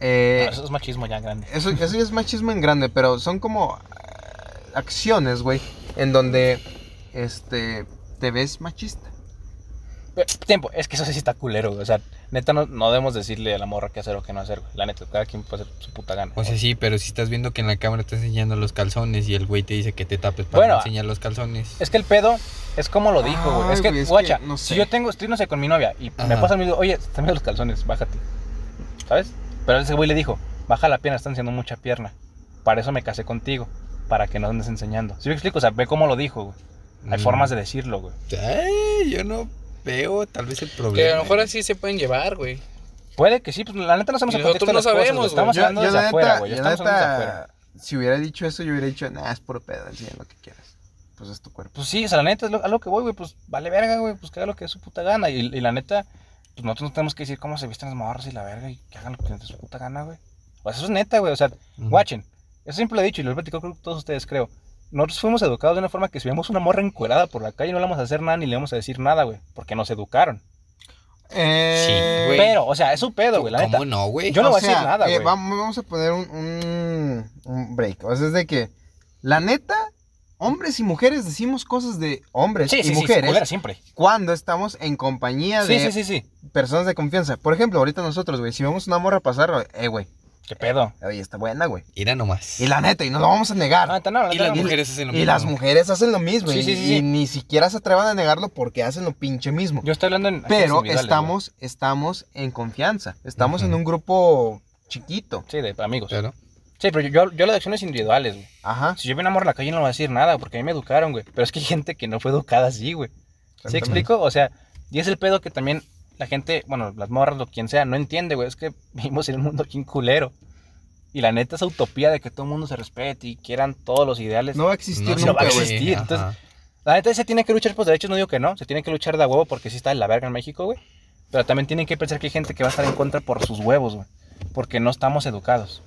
Eh, Ah, eso es machismo ya grande. Eso, eso ya es machismo en grande, pero son como ah, acciones, güey, en donde este te ves machista. Pero, Tiempo, es que eso sí está culero, güey. O sea, neta, no, no debemos decirle a la morra qué hacer o qué no hacer, güey. La neta, cada quien puede hacer su puta gana. O sea, Pues sí, pero si estás viendo que en la cámara estás enseñando los calzones y el güey te dice que te tapes para Bueno, no enseñar los calzones. Es que el pedo es como lo dijo, güey. Ay, Es que, güey, es que guacha, no sé. si yo tengo, estoy, no sé, con mi novia y me Ajá. pasa el video, oye, están viendo los calzones, bájate. ¿Sabes? Pero ese güey le dijo, baja la pierna, están haciendo mucha pierna. Para eso me casé contigo, para que no andes enseñando. Si me explico, o sea, ve cómo lo dijo, güey. Hay Mm. formas de decirlo, güey. Ay, yo no veo tal vez el problema. Que a lo mejor así se pueden llevar, güey. Puede que sí, pues la neta no sabemos Y el contexto de nosotros no las cosas, sabemos, güey. güey. Estamos Yo- hablando desde afuera, güey. yo Estamos hablando desde afuera. si hubiera dicho eso, yo hubiera dicho, nah, es puro pedo, enseña lo que quieras. Pues es tu cuerpo. Pues sí, o sea, la neta es lo, a lo que voy, güey, pues vale verga, güey, pues que haga lo que es su puta gana. Y, y la neta, pues nosotros no tenemos que decir cómo se visten las morras y la verga y que hagan lo que les dé su puta gana, güey. O sea, eso es neta, güey, o sea, Ujú. guachen. Eso siempre lo he dicho y lo he platicado con todos ustedes, creo. Nosotros fuimos educados de una forma que si vemos una morra encuerada por la calle no le vamos a hacer nada ni le vamos a decir nada, güey, porque nos educaron. Eh, Sí, güey. Pero, o sea, es su pedo, ¿Tú- güey, la neta. ¿Cómo no, güey? Yo no o voy a decir sea, nada, eh, güey. vam- vamos a poner un, un- un break. O sea, es de que, la neta, hombres y mujeres decimos cosas de hombres Sí, y sí, sí, mujeres culera siempre. cuando estamos en compañía Sí, de sí, sí, sí. personas de confianza. Por ejemplo, ahorita nosotros, güey, si vemos una morra pasar, eh, güey, ¿Qué pedo? oye, está buena, güey. Mira nomás. Y la neta, y no lo vamos a negar. La neta, no, Ah, la Y neta, las no. mujeres hacen lo Ah, y mismo. las mujeres hacen lo mismo. Sí, y, sí, sí, sí. y ni siquiera se atrevan a negarlo porque hacen lo pinche mismo. Yo estoy hablando en... Pero individuales, güey. estamos, estamos en confianza. Estamos en Ujú. un grupo chiquito. Sí, de amigos. Claro. Sí, pero yo, yo, yo hablo de acciones individuales, güey. Ajá. Si yo me enamoro en la calle no le voy a decir nada, porque a mí me educaron, güey. Pero es que hay gente que no fue educada así, güey. ¿Sí explico? O sea, y es el pedo que también la gente, bueno, las morras o quien sea, no entiende, güey. Es que vivimos en un mundo bien culero. Y la neta, esa utopía de que todo el mundo se respete y quieran todos los ideales. No va a existir no nunca, va a güey. existir, entonces- La neta, se tiene que luchar por derechos, no digo que no. Se tiene que luchar de a huevo porque sí está en la verga en México, güey. Pero también tienen que pensar que hay gente que va a estar en contra por sus huevos, güey. Porque no estamos educados.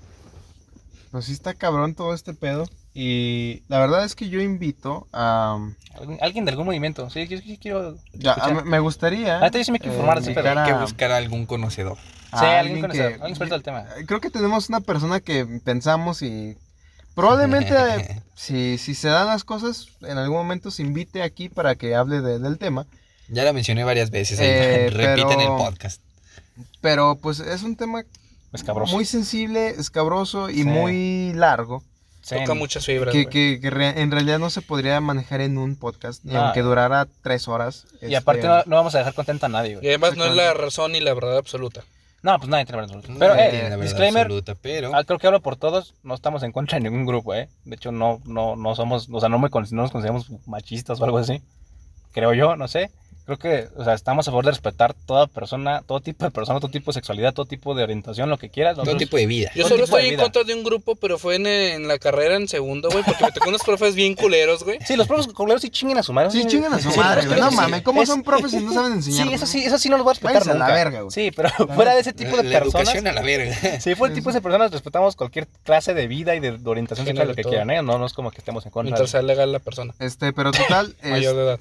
Pues sí está cabrón todo este pedo. Y la verdad es que yo invito a... Alguien, alguien de algún movimiento. Sí, yo- yo quiero ya, escuchar. a- me gustaría... eh, La neta, yo sí me quiero informar de ese invitar pedo. Hay que a- buscar a algún conocedor. a Sí, alguien, Ah, alguien con que- eh, eso, alguien experto del tema. Creo que tenemos una persona que pensamos y probablemente eh, si, si se dan las cosas, en algún momento se invite aquí para que hable de- del tema. Ya la mencioné varias veces. Eh, ahí. Repiten pero- el podcast. Pero pues es un tema Es cabroso. muy sensible, escabroso y Sí. muy largo. Sí, Toca muchas fibras, Que, güey. que- que re- en realidad no se podría manejar en un podcast, ni No. aunque durara tres horas. Ah. este, este, Y aparte no, no vamos a dejar contenta a nadie, Y güey. además no es la razón ni la verdad absoluta. No, pues nadie tiene la verdad. Pero, Nadie eh, tiene la verdad disclaimer, absoluta, pero... ah, creo que hablo por todos, no estamos en contra de ningún grupo, eh. De hecho, no, no, no somos, o sea, no, me, con- no nos consideramos machistas o algo así. Creo yo, no sé. Creo que, o sea, estamos a favor de respetar toda persona, todo tipo de persona, todo tipo de sexualidad, todo tipo de orientación, lo que quieras. Todo Nosotros- tipo de vida. Yo Todo solo tipo de estoy en vida. contra de un grupo, pero fue en, en la carrera en segundo, güey, porque me tocó unos profes bien culeros, güey. Sí, los profes culeros sí chinguen a su madre. Sí, chingan a su madre, güey. No mames, ¿cómo son profes si no saben enseñar? Sí, eso sí, eso sí no los voy a respetar Váyanse a la nunca. verga, güey. Sí, pero fuera de ese este tipo de la personas. educación a la verga. Sí, fue el tipo de personas, respetamos cualquier clase de vida y de, de orientación Sí, sexual, no, lo que todo. quieran, ¿eh? No, no es como que estemos en contra. Mientras sea legal la persona. Este, pero total, es- Mayor de edad.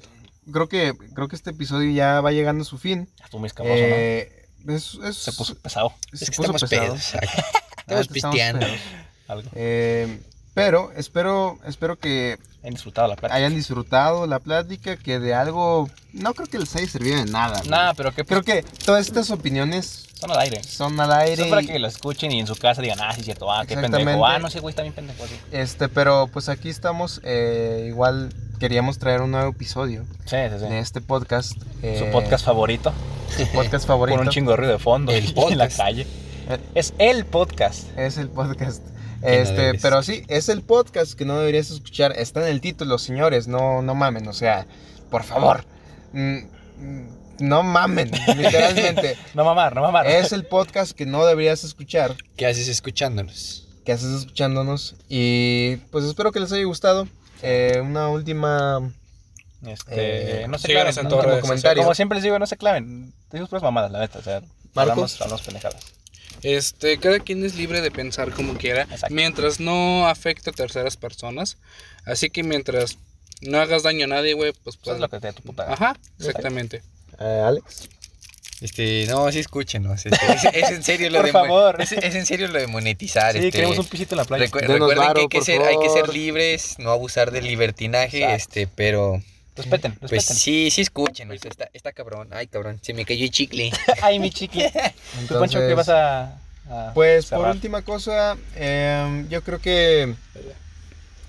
creo que creo que este episodio ya va llegando a su fin. Tú muy escabroso, Eh, es- es- ¿no? Se puso pesado, Es se que puso estamos pesado. pedos. Ah, Estamos estamos pisteando. pedos. algo. Eh, Pero espero, espero que He disfrutado la plática. hayan disfrutado la plática, que de algo, no creo que les haya servido de nada. güey. Nada, pero que Creo que todas estas opiniones son al aire. son al aire. Eso es para que lo escuchen y en su casa digan, ah, sí, es cierto, ah, qué pendejo. Exactamente. Ah, no sé, güey, está bien pendejo. Sí, Este, pero pues aquí estamos. eh, igual queríamos traer un nuevo episodio sí, sí. de este podcast. eh, Su podcast favorito, su podcast favorito. con un chingo de ruido de fondo El y en la podcast. calle. Eh. Es el podcast. Es el podcast. Que no Este, debes. pero sí, es el podcast que no deberías escuchar. Está en el título, señores. No, no mamen, o sea, por favor. Mm, mm, no mamen, literalmente. No mamar, no mamar. es el podcast que no deberías escuchar, ¿Qué haces escuchándonos? que haces escuchándonos. Y pues espero que les haya gustado. Eh, una última. Este, Eh, no se claven. síganos en No, todas como- redes comentario. como siempre les digo, no se claven. Decimos puras mamadas, la neta. O sea, hablamos, hablamos pendejadas. Este, cada quien es libre de pensar como quiera, Exacto. mientras no afecte a terceras personas. Así que mientras no hagas daño a nadie, güey, pues Eso pues es lo que te dé tu puta gana. Ajá, exactamente. eh, Alex. Este, no, sí escúchenos. este, es, es en serio lo Por de mo- favor. Es, es en serio lo de monetizar. Sí, este, queremos un pisito en la playa. recu- Denos recuerden varo, que, hay que, por ser, hay que ser favor. libres, no abusar del libertinaje, Exacto. este, pero Respeten, respeten. pues sí, sí escúchenos. Está, está cabrón. Ay, cabrón, se me cayó el chicle. Ay, mi chiqui. ¿Tú, Pancho, qué Entonces, vas a.? a Pues por cerrar? última cosa, em, yo creo que.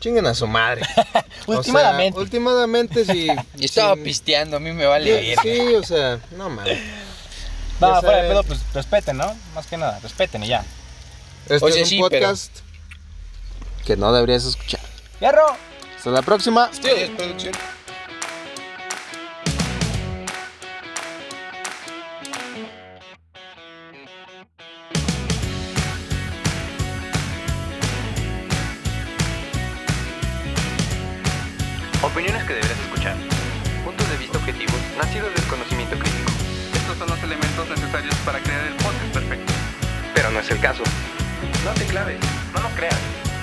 Chinguen a su madre. O sea, Últimamente. últimamente, sí. Yo estaba sí, pisteando, a mí me vale Sí, bien. sí, o sea, no mames. no, ya fuera de sabes. pedo, pues respeten, ¿no? Más que nada, respeten y ya. Este Oye, es un sí, pero- podcast que no deberías escuchar. ¡Hierro! Hasta la próxima. Adiós, producción. Opiniones que deberás escuchar. Puntos de vista objetivos nacidos del conocimiento crítico. Estos son los elementos necesarios para crear el podcast perfecto. Pero no es el caso. No te claves, no lo creas.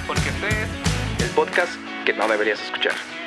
Porque este es El podcast que no deberías escuchar.